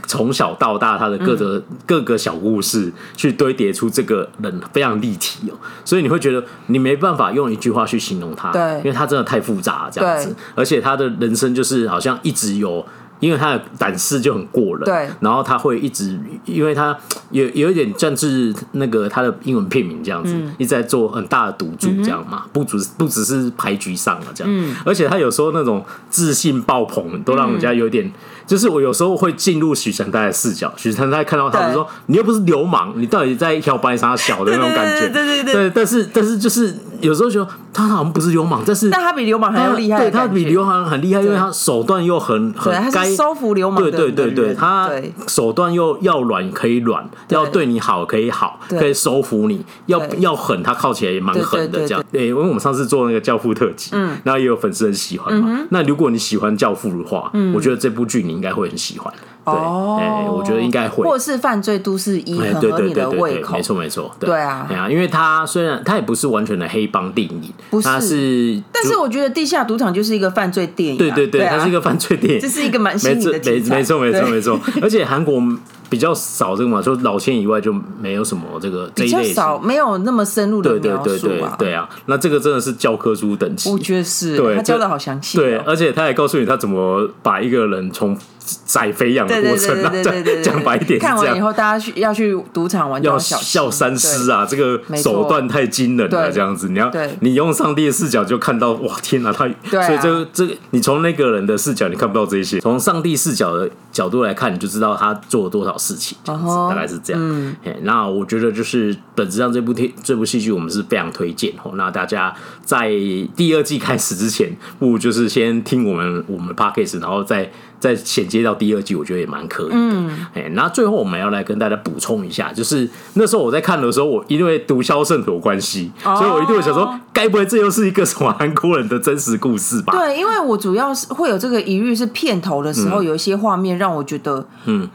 S2: 从小到大，他的各个、
S1: 嗯
S2: 各个小故事去堆叠出这个人非常立体哦，所以你会觉得你没办法用一句话去形容他，
S1: 对
S2: 因为他真的太复杂了这样子
S1: 对。
S2: 而且他的人生就是好像一直有，因为他的胆识就很过人，
S1: 对
S2: 然后他会一直，因为他有有一点像是那个他的英文片名这样子，
S1: 嗯
S2: 一直在做很大的赌注这样嘛，不只不只是牌局上了这样，
S1: 嗯
S2: 而且他有时候那种自信爆棚，都让人
S1: 嗯
S2: 家有点，就是我有时候会进入许承泰的视角，许承泰看到他就
S1: 对
S2: 说：“你又不是流氓，你到底在挑白啥小的那种感觉？”
S1: 对对对对对
S2: 对，但是但是就是有时候觉得他好像不是流氓，但是
S1: 但他比流氓啊还
S2: 他
S1: 要厉害
S2: 对
S1: 的
S2: 他
S1: 感觉，
S2: 比流氓很厉害，因为
S1: 对
S2: 他手段又很很
S1: 对他是
S2: 该
S1: 收服流氓
S2: 对
S1: 的
S2: 对对
S1: 的
S2: 对，
S1: 人
S2: 他
S1: 对
S2: 手段又要软可以软，
S1: 对
S2: 要对你好可以好，
S1: 对
S2: 可以收服你，要
S1: 对
S2: 要狠，他靠起来也蛮狠
S1: 对
S2: 的
S1: 对对
S2: 这样。对，因为我们上次做那个《教父》特辑，嗯，
S1: 嗯
S2: 然后也有粉丝很喜欢嘛。那如果你喜欢《教父》的话，我觉得这部剧你应该会很喜欢。对，哎、我觉得应该会。
S1: 或者是犯罪都市哦一
S2: 哎，
S1: 很
S2: 对
S1: 合
S2: 对
S1: 你
S2: 对
S1: 的
S2: 对
S1: 胃
S2: 对，
S1: 口
S2: 没，错没错，
S1: 对啊
S2: 哎呀，因为它虽然它也不是完全的黑帮电影，
S1: 不是
S2: 它是，
S1: 但是我觉得《地下赌场》就是一个犯罪电影啊，
S2: 对对对，它
S1: 啊
S2: 是一个犯罪电影，
S1: 这是一个蛮新
S2: 没
S1: 颖
S2: 错
S1: 的题材
S2: 没没错没错
S1: 对
S2: 没错，而且韩国比较少这个嘛，就老千以外就没有什么这个这
S1: 比
S2: 一
S1: 较
S2: 类型
S1: 少，没有那么深入的
S2: 对对
S1: 描
S2: 对
S1: 述
S2: 对
S1: 啊。
S2: 对啊，那这个真的是教科书等级
S1: 我，觉得是
S2: 对
S1: 他
S2: 这
S1: 教的好详细、哦，
S2: 对，而且他还告诉你他怎么把一个人从宰肥养的
S1: 对
S2: 过
S1: 对
S2: 程啊，
S1: 对对对对对，
S2: 讲讲白一点是
S1: 看
S2: 这
S1: 完以
S2: 样。
S1: 后，大家去要去赌场玩就
S2: 要
S1: 小
S2: 笑三思
S1: 啊！
S2: 啊！这个
S1: 没错
S2: 手段太惊人了，
S1: 对
S2: 这样子，你要
S1: 对
S2: 你用上帝的视角就看到，哇，天哪、他
S1: 对啊
S2: 所以这个这个，你从那个人的视角你看不到这些，从上帝视角的角度来看，你就知道他做了多少事情，这样子
S1: 嗯哼
S2: 大概是这样。嘿那我觉得就是本质上这部电这部戏剧我们是非常推荐哦。那大家在第二季开始之前，不如就是先听我们我们 p o d c a s t 然后再再衔接到第二季，我觉得也蛮可以的。嗯，哎，那最后我们要来跟大家补充一下，就是那时候我在看的时候，我因为毒枭圣徒的关系，
S1: 哦
S2: 所以我一度想说，该不会这又是一个什么韩国人的真实故事吧？
S1: 对，因为我主要是会有这个疑虑，是片头的
S2: 嗯
S1: 时候有一些画面让我觉得，嗯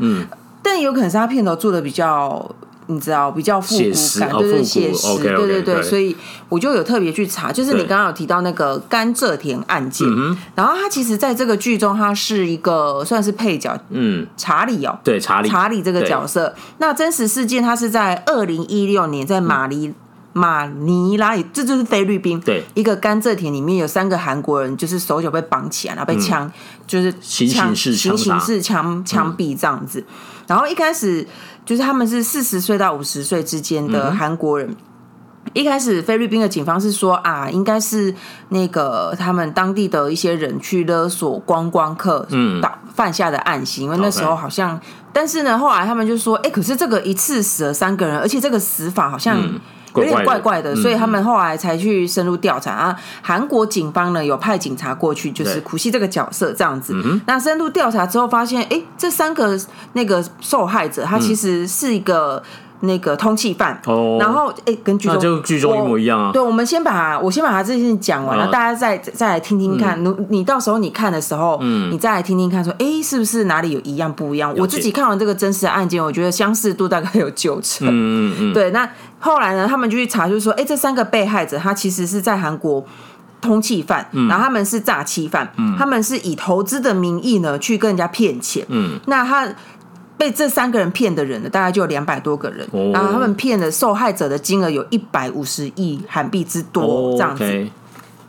S1: 嗯，但有可能是他片头做的比较。你知道比较复
S2: 写
S1: 古
S2: 实
S1: 感，
S2: 哦
S1: 对
S2: 复古
S1: 对写实，
S2: OK，OK，
S1: 对对
S2: 对
S1: 对，所以我就有特别去查，就是你
S2: 对嗯
S1: 刚刚有提到那个甘蔗田案件，然后他其实在这个剧中，他是一个算是配角，
S2: 嗯，
S1: 查理哦，
S2: 对，查理，
S1: 查理这个
S2: 对
S1: 角色。那真实事件，它是在二零一六年在马尼、马尼拉，这就是菲律宾，
S2: 嗯对
S1: 一个甘蔗田里面有三个韩国人，就是手脚被绑起来，然后被枪，就是
S2: 嗯行
S1: 枪
S2: 刑式
S1: 行
S2: 枪杀
S1: 刑式枪枪毙这样子。然后一开始就是他们是四十岁到五十岁之间
S2: 嗯
S1: 的韩国人。一开始菲律宾的警方是说啊，应该是那个他们当地的一些人去勒索观光客，嗯，犯下的案行，因为那时候
S2: OK
S1: 好像，但是呢，后来他们就说，哎、可是这个一次死了三个人，而且这个死法好像。有
S2: 嗯怪怪
S1: 点
S2: 的
S1: 怪怪的，
S2: 嗯
S1: 所以他们后来才去深入调查啊。韩国警方呢有派警察过去，就是
S2: 对嗯
S1: 苦西这个角色这样子。那深入调查之后发现，哎、这三个那个受害者他其实是一个那个通缉犯，
S2: 嗯哦
S1: 然后哎、跟剧
S2: 那
S1: 中
S2: 就剧中一模一样啊
S1: 我对，我们先把我先把它这件事讲完，
S2: 嗯
S1: 然后大家再再来听听看。你你到时候你看的时候，你再来听听看，说哎是不是哪里有一样不一样？我自己看完这个真实的案件，我觉得相似度大概有九成。
S2: 嗯嗯嗯，
S1: 对，那后来呢，他们就去查，就是说，哎，这三个被害者他其实是在韩国。通缉犯，
S2: 嗯
S1: 然后他们是诈欺犯，他们是以投资的名义呢去跟人家骗钱。嗯，那他被这三个人骗的人呢，大概就有两百多个人，
S2: 哦
S1: 然后他们骗的受害者的金额有一百五十亿韩币之多，
S2: 哦
S1: 这样子。
S2: ，OK，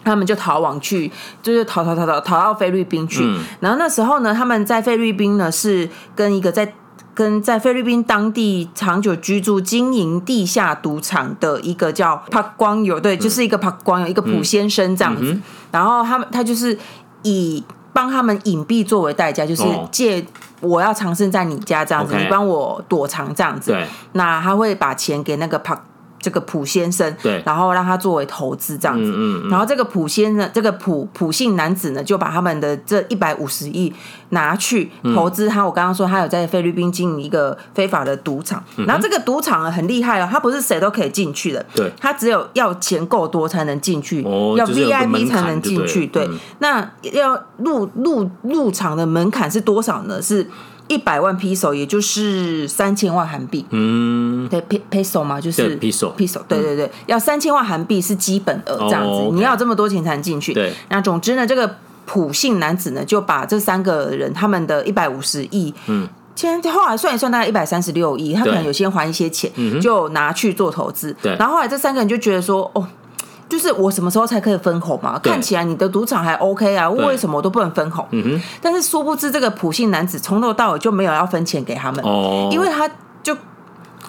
S1: 他们就逃亡去，就是逃逃逃逃逃到菲律宾去。
S2: 嗯
S1: 然后那时候呢，他们在菲律宾呢是跟一个在跟在菲律宾当地长久居住、经营地下赌场的一个叫帕光友，
S2: 嗯
S1: 对，就是一个帕光友，一个普先生这样子。然后他们他就是以帮他们隐蔽作为代价，就是
S2: 哦
S1: 借我要藏身在你家这样子，
S2: OK
S1: 你帮我躲藏这样子。
S2: 对，
S1: 那他会把钱给那个帕这个普先生，
S2: 对
S1: 然后让他作为投资这样子。
S2: 嗯嗯
S1: 然后这个普先呢，这个普普姓男子呢，就把他们的这一百五十亿拿去
S2: 嗯
S1: 投资他。我刚刚说他有在菲律宾经营一个非法的赌场，
S2: 嗯
S1: 然后这个赌场呢很厉害哦，他不是谁都可以进去的，
S2: 对
S1: 他只有要钱够多才能进去，
S2: 哦
S1: 要
S2: 就是有个门
S1: VIP
S2: 槛
S1: 才能进去。
S2: 就
S1: 对，
S2: 对了嗯
S1: 那要入入入场的门槛是多少呢？是一百万 peso，也就是三千万韩币。
S2: 嗯，
S1: 对，pe- peso 嘛，就是
S2: 对，peso 嗯
S1: peso，对对对，要三千万韩币是基本额这样子，
S2: 哦，OK
S1: 你要有这么多钱才能进去。
S2: 对，
S1: 那总之呢，这个普姓男子呢，就把这三个人他们的一百五十亿，嗯。先后来算一算，大概一百三十六亿，他可
S2: 对嗯
S1: 能有先还一些钱，就拿去做投资。
S2: 对
S1: 然后后来这三个人就觉得说，哦，就是我什么时候才可以分红嘛？
S2: 对
S1: 看起来你的赌场还 OK 啊，
S2: 对嗯
S1: 为什么我都不能分红？但是殊不知，这个普姓男子从头到尾就没有要分钱给他们，
S2: 哦，
S1: 因为他就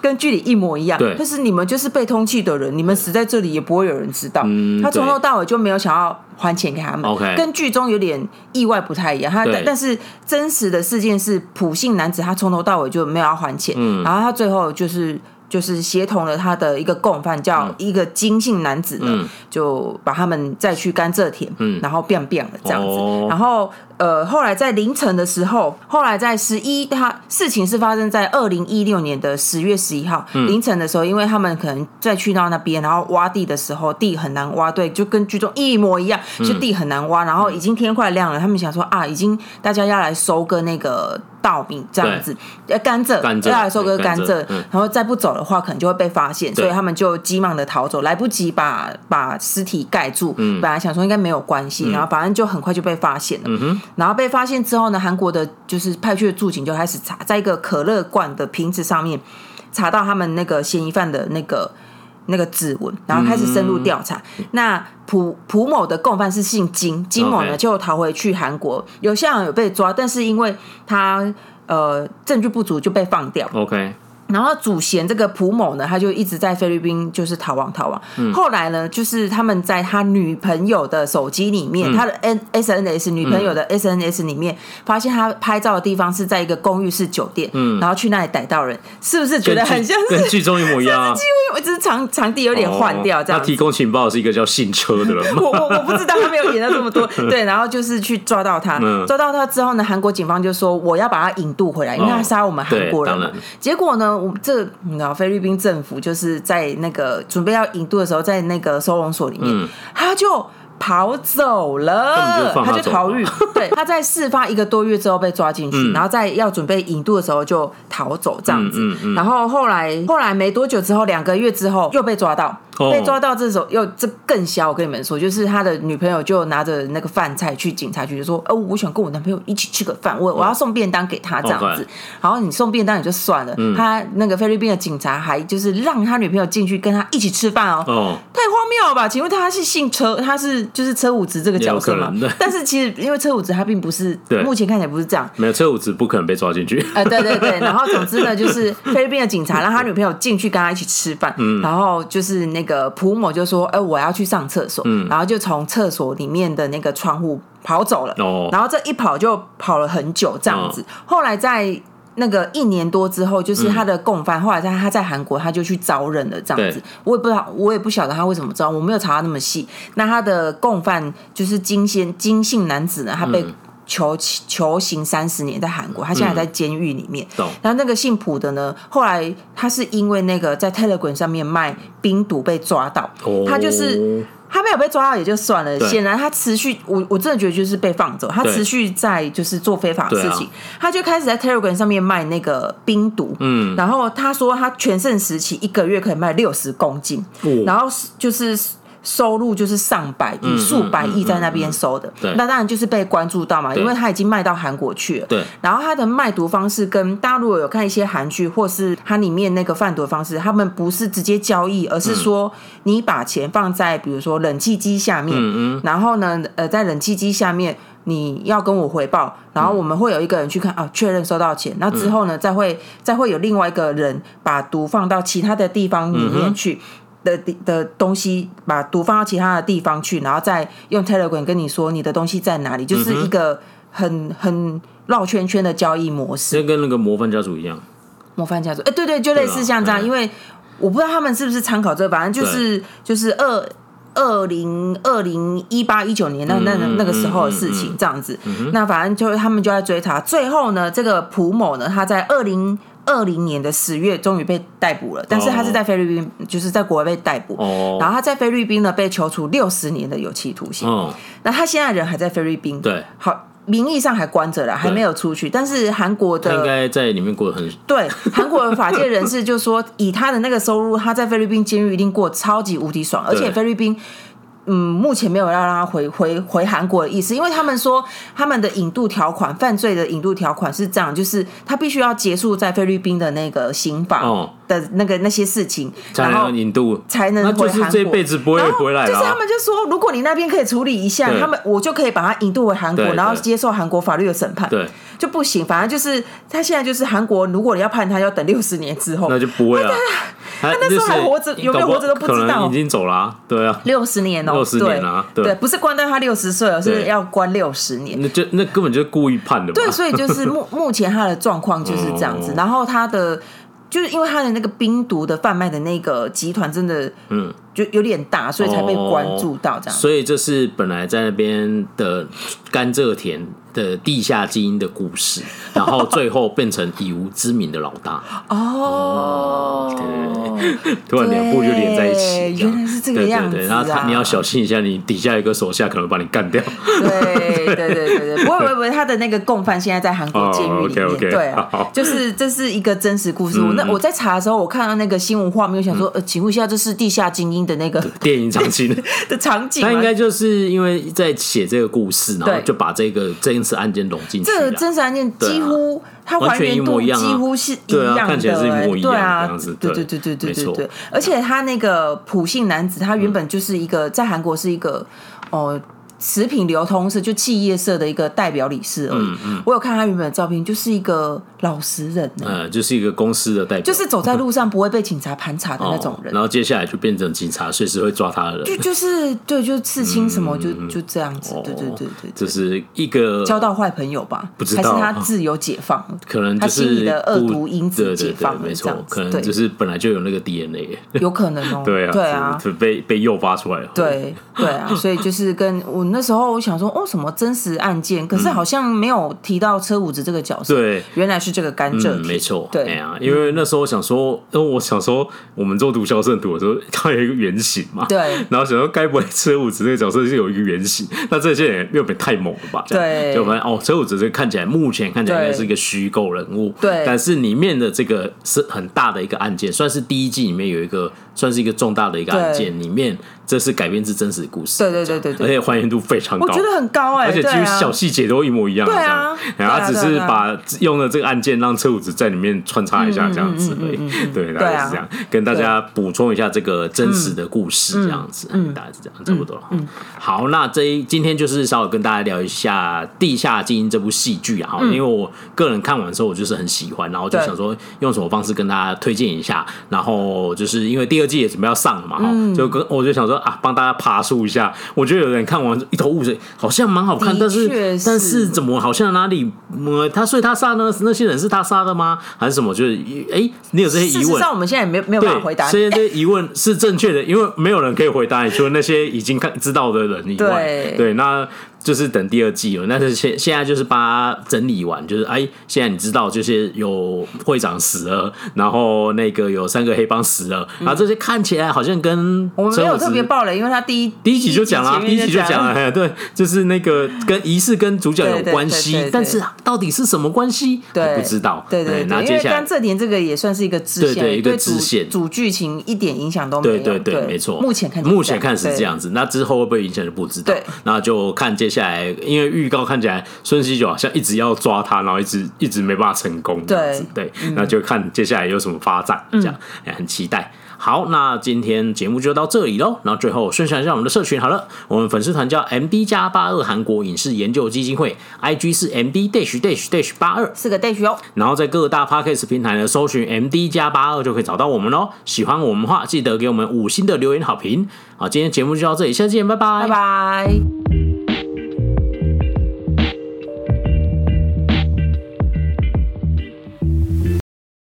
S1: 跟剧里一模一样
S2: 对，
S1: 但是你们就是被通缉的人，你们死在这里也不会有人知道。
S2: 嗯
S1: 他从头到尾就没有想要还钱给他们
S2: OK
S1: 跟剧中有点意外不太一样。他
S2: 对
S1: 但是
S2: 嗯
S1: 真实的事件是普姓男子，他从头到尾就没有要还钱，然后他最后就是。就是协同了他的一个共犯，
S2: 嗯
S1: 叫一个金姓男子呢，就把他们再去甘蔗田，然后变变了这样子。
S2: 嗯哦
S1: 然后呃，后来在凌晨的时候，后来在十一，他事情是发生在二零一六年的十月十一号、凌晨的时候，因为他们可能再去到那边，然后挖地的时候，地很难挖，对，就跟剧中一模一样，就地很难挖。然后已经天快亮了，他们想说啊，已经大家要来收割那个稻米这样子，呃，甘蔗，
S2: 甘蔗
S1: 要来收割
S2: 对
S1: 甘
S2: 甘
S1: 蔗
S2: 蔗，嗯
S1: 然后再不走的话，可能就会被发现，
S2: 对
S1: 所以他们就急忙的逃走，来不及把把尸体盖住。
S2: 嗯
S1: 本来想说应该没有关系，然后反正就很快就被发现了。然后被发现之后呢，韩国的就是派去的驻警就开始查，在一个可乐罐的瓶子上面查到他们那个嫌疑犯的那个。那个指纹，然后开始深入调查。
S2: 嗯
S1: 那蒲蒲某的共犯是姓金，金某呢
S2: OK
S1: 就逃回去韩国，有些人有被抓，但是因为他呃证据不足就被放掉。
S2: OK，
S1: 然后祖贤这个蒲某呢，他就一直在菲律宾就是逃亡逃亡。
S2: 嗯
S1: 后来呢，就是他们在他女朋友的手机里面，
S2: 嗯
S1: 他的 N SNS 女朋友的 SNS 里面，发现他拍照的地方是在一个公寓式酒店，然后去那里逮到人，是不是觉得
S2: 跟剧
S1: 很像是？
S2: 嗯跟剧中一模一样啊，
S1: 因为 只是场场地有点换掉这
S2: 哦
S1: 样
S2: 他
S1: 子
S2: 提。供情报的是一个叫姓车的人吗？
S1: 我我我不知道他没有演到这么 多，对，然后就是去抓到他，
S2: 嗯
S1: 抓到他之后呢，韩国警方就说我要把他引渡回来，因为他杀我们韩国人嘛
S2: 哦对当然。
S1: 结果呢，我们这你知道菲律宾政府就是在那个准备要引渡的时候，在那个收容所里面，他就。跑走
S2: 根本
S1: 了，
S2: 就放
S1: 他
S2: 嗯他
S1: 就
S2: 走
S1: 逃 狱。对，他在事发一个多月之后被抓进去，然后在要准备引渡的时候就逃走这样子。
S2: 嗯嗯嗯嗯
S1: 然后后来后来没多久之后，两个月之后又被抓到，
S2: 哦
S1: 被抓到这时候又这更瞎。我跟你们说，就是他的女朋友就拿着那个饭菜去警察局就说：“哦，我想跟我男朋友一起吃个饭，
S2: 嗯
S1: 我我要送便当给他这样子。
S2: OK
S1: 然后你送便当也就算了，
S2: 嗯
S1: 他那个菲律宾的警察还就是让他女朋友进去跟他一起吃饭哦。
S2: 哦，
S1: 太荒谬了吧？请问他是姓车，他是就是车武直这个角色
S2: 也有
S1: 吗
S2: 可能对？
S1: 但是其实因为车武直他并不是，
S2: 对
S1: 目前看起来不是这样。
S2: 没有车五子不可能被抓进去。
S1: 呃，对对 对，然后总之呢，就是菲律宾的警察让他女朋友进去跟他一起吃饭，
S2: 嗯
S1: 然后就是那个蒲某就说：“哎、我要去上厕所。
S2: 嗯
S1: 然后就从厕所里面的那个窗户跑走了，
S2: 哦嗯
S1: 然后这一跑就跑了很久这样子。后来在那个一年多之后，就是他的共犯，后来在他在韩国他就去招认了这样子
S2: 对。
S1: 我也不知道，我也不晓得他为什么招，我没有查到那么细。那他的共犯就是金先金姓男子呢，他被
S2: 嗯
S1: 囚囚刑三十年，在韩国，他现在还在监狱里面。
S2: 懂
S1: 然后那个姓朴的呢，后来他是因为那个在 Telegram 上面卖冰毒被抓到，
S2: 哦，
S1: 他就是他没有被抓到也就算了，
S2: 对
S1: 显然他持续，我我真的觉得就是被放走，他
S2: 对
S1: 持续在就是做非法的事
S2: 对啊
S1: 情，他就开始在 Telegram 上面卖那个冰毒，
S2: 嗯，
S1: 然后他说他全盛时期一个月可以卖六十公斤，
S2: 哦
S1: 然后就是。收入就是上百
S2: 嗯
S1: 亿、数百亿在那边收的，
S2: 对
S1: 那当然就是被关注到嘛，
S2: 对
S1: 因为他已经卖到韩国去了。
S2: 对
S1: 然后它的卖毒方式跟大家如果有看一些韩剧，或是它里面那个贩毒的方式，他们不是直接交易，而
S2: 嗯
S1: 是说你把钱放在比如说冷气机下面，
S2: 嗯
S1: 然后呢，呃，在冷气机下面你要跟我回报，然
S2: 嗯
S1: 后我们会有一个人去看啊，确认收到钱，那之后呢，再会再会有另外一个人把毒放到其他的地方里
S2: 嗯
S1: 面去。的地的东西，把毒放到其他的地方去，然后再用 Telegram 跟你说你的东西在哪里，
S2: 嗯
S1: 就是一个很很绕圈圈的交易模式。
S2: 这跟那个模范家族一样，
S1: 模范家族，哎、对对，就类
S2: 对
S1: 似
S2: 啊
S1: 像这样，
S2: 嗯
S1: 因为我不知道他们是不是参考这个，反正就是就是二。二零二零一八一九年那那
S2: 嗯嗯嗯
S1: 那个时候的事情，这样子，那反正就是他们就在追查。最后呢，这个蒲某呢，他在二零二零年的十月终于被逮捕了，但是他是在菲律宾，就是在国外被逮捕。
S2: 哦
S1: 然后他在菲律宾呢被囚处六十年的有期徒刑。
S2: 哦，
S1: 那他现在人还在菲律宾，
S2: 对，
S1: 好，名义上还关着了，还没有出去。但是韩国
S2: 他应
S1: 的
S2: 该在里面过得很
S1: 对韩国的法界人士就说，以他的那个收入，他在菲律宾监狱一定过超级无敌爽，而且
S2: 对
S1: 菲律宾。嗯，目前没有要让他回回回韩国的意思，因为他们说他们的引渡条款，犯罪的引渡条款是这样，就是他必须要结束在菲律宾的那个刑法
S2: 哦
S1: 的那个、那些事情，
S2: 才
S1: 啊然后
S2: 能引渡，
S1: 才能
S2: 那就
S1: 回韩
S2: 是
S1: 国
S2: 这辈子不会
S1: 然后
S2: 回来
S1: 就是他
S2: 了。
S1: 们就说，如果你那边可以处理一下，
S2: 对
S1: 他们我就可以把他引渡回韩国，
S2: 对对
S1: 然后接受韩国法律的审判。
S2: 对，
S1: 就不行，反正就是他现在就是韩国，如果你要判他，要等六十年之后
S2: 那。就不会了。他
S1: 那时候还活着
S2: 就是
S1: 有没有活着都不知道
S2: 可能已经走了啊。对啊，
S1: 六十年哦、
S2: 60年啊
S1: 对
S2: 对
S1: 不是关到他六十岁，而是
S2: 对嗯
S1: 要关六十年。
S2: 那就那根本就是故意判的嘛。
S1: 对，所以就是目目前他的状况就是这样子，
S2: 哦
S1: 然后他的。就是因为他的那个冰毒的贩卖的那个集团真的，
S2: 嗯，
S1: 就有点大，所以才被关注到这样。
S2: 所以这是本来在那边的甘蔗田的地下基因的故 事，然后最后变成以无知名的老大，
S1: 哦，
S2: 嗯突然两部就连在一起
S1: 对
S2: 这样，
S1: 原来是这个样子啊
S2: 对对对，然后他你要小心一下，你底下有个手下可能把你 干掉。
S1: 对对对对对，不会不会不会，他的那个共犯现在在韩国监狱里面，
S2: 哦，OK，OK，
S1: 对啊
S2: 好，嗯
S1: 就是这是一个真实故事。我那我在查的时候，我看到那个新闻画面，我想说，呃，请问一下，这是地下精英的那个
S2: 电影 场景，
S1: 的场景吗？
S2: 他应该就是因为在写这个故事，然后
S1: 对
S2: 就把这个这一次案件融进去
S1: 这
S2: 了
S1: 个。真实案件
S2: 对啊
S1: 几乎它还原度几乎是一
S2: 对啊
S1: 样
S2: 看起来
S1: 的，欸
S2: 是一模一样
S1: 对
S2: 这
S1: 啊
S2: 样子，
S1: 对
S2: 对
S1: 对对对对
S2: 没
S1: 对
S2: 错嗯
S1: 对。而且他那个普信男子，他原本就是一个在韩国是一个哦。食品流通社就企业社的一个代表理事而已。
S2: 嗯
S1: 我有看他原本的照片，就是一个老实人呢、
S2: 呃，就是一个公司的代表，
S1: 就是走在路上不会被警察盘查的那种
S2: 哦
S1: 人。
S2: 然后接下来就变成警察，随时会抓他的人。
S1: 就就是对，就刺青什
S2: 嗯
S1: 么，就就这样子。对对对对
S2: 这
S1: 对，
S2: 哦是一个
S1: 交到坏朋友吧？
S2: 不知
S1: 还是
S2: 道啊
S1: 他自由解放了？
S2: 可能
S1: 他
S2: 就
S1: 心里
S2: 是
S1: 的恶
S2: 不
S1: 毒因子
S2: 对对
S1: 解放
S2: 对，
S1: 了
S2: 没
S1: 这样
S2: 错
S1: 子，
S2: 可能
S1: 对
S2: 就是本来就有那个 DNA，
S1: 有可能哦、
S2: 对啊，
S1: 对啊，
S2: 只是被被诱发出来了，，
S1: 对对 啊，所以就是跟我那时候我想说，哦，什么真实案件，可是好像没有提到车五子这个角色，
S2: 对嗯
S1: 原来是这个甘蔗、
S2: 嗯，没，错，
S1: 对
S2: 哎呀，因为那时候我想说，因为我想说，我们做毒枭圣徒的时候，它有一个原型嘛，
S1: 对啊
S2: 然后想说，该不会车武子这个角色是有一个原型？那这些人又被太猛了吧？这样
S1: 对
S2: 就发现哦，车武子这个看起来目前看起来
S1: 对
S2: 应该是一个虚构人物，
S1: 对
S2: 但是里面的这个是很大的一个案件，算是第一季里面有一个算是一个重大的一个案件，里面这是改编自真实故事，
S1: 对对对对
S2: 而
S1: 对，
S2: 且还原度非常高，
S1: 我觉得很高哎、
S2: 而且
S1: 对
S2: 几乎
S1: 啊，
S2: 小细节都一模一样，
S1: 对啊
S2: 这样，然后他
S1: 对
S2: 只
S1: 啊
S2: 是
S1: 对啊
S2: 把用的这个案件让车五子在里面穿插一
S1: 嗯
S2: 下这样子而已，对，大概是这样，跟大家补充一下这个真实的故事这样子，
S1: 嗯
S2: 哎大概是这样，差不多了。好，那这一今天就是稍微跟大家聊一下《地下精英》这部戏剧啊，因为我个人看完之后我就是很喜欢，然后就
S1: 嗯对
S2: 想说用什么方式跟大家推荐一下，然后就是因为第二季也准备要上了嘛，
S1: 嗯
S2: 哈，就跟我就想说啊，帮大家爬树一下，我觉得有人看完一头雾水，好像蛮好看，
S1: 的
S2: 但是
S1: 确是
S2: 但是怎么好像哪里呃，他所以他杀呢？那些人是他杀的吗？还是什么？就是哎、你有这些
S1: 事
S2: 疑
S1: 实
S2: 问
S1: 上，我们现在也没有没有
S2: 对
S1: 办法回，答
S2: 这
S1: 你。
S2: 些这些疑问是正确的，因为没有人可以回答你，除了那些已经看知道的人以外。
S1: 对
S2: 那就是等第二季了。但是现现在就是把它整理完，就是哎，现在你知道，就是有会长死了，然后那个有三个黑帮死了，然后这些看起来好像跟
S1: 我们没有特别
S2: 车子
S1: 爆雷，因为他第一
S2: 第一集就讲了，第一集就讲
S1: 了，
S2: 了，哎，对，就是那个跟疑似跟主角有关
S1: 对
S2: 系
S1: 对对对对，
S2: 但是到底是什么关系，还
S1: 对，
S2: 不知道。
S1: 对对
S2: 哎那
S1: 对，因
S2: 接
S1: 为
S2: 下来
S1: 甘蔗田这个也算是一个支
S2: 对
S1: 线，
S2: 对一个
S1: 对
S2: 支线
S1: 主主剧情一点影响都没有。
S2: 对对对，
S1: 对，
S2: 没错。
S1: 目前看起来
S2: 目前看是
S1: 对
S2: 这样子，那之后会不会影响就不知道
S1: 对。
S2: 那就看接下来，因为预告看起来孙喜九好像一直要抓他，然后一直一直没办法成功这样子。对，
S1: 嗯
S2: 那就看接下来有什么发展，这样也很期待。好，那今天节目就到这里喽。然后最后宣传一下我们的社群好了，我们粉丝团叫 M D 加八二韩国影视研究基金会，I G 是 M D dash dash dash 八二，
S1: 四个 dash 哦，
S2: 然后在各大 podcast 平台呢搜寻 MD 加八二就可以找到我们喽。喜欢我们的话，记得给我们五星的留言好评。好，今天节目就到这里，下次见，拜
S1: 拜
S2: 拜，
S1: 拜。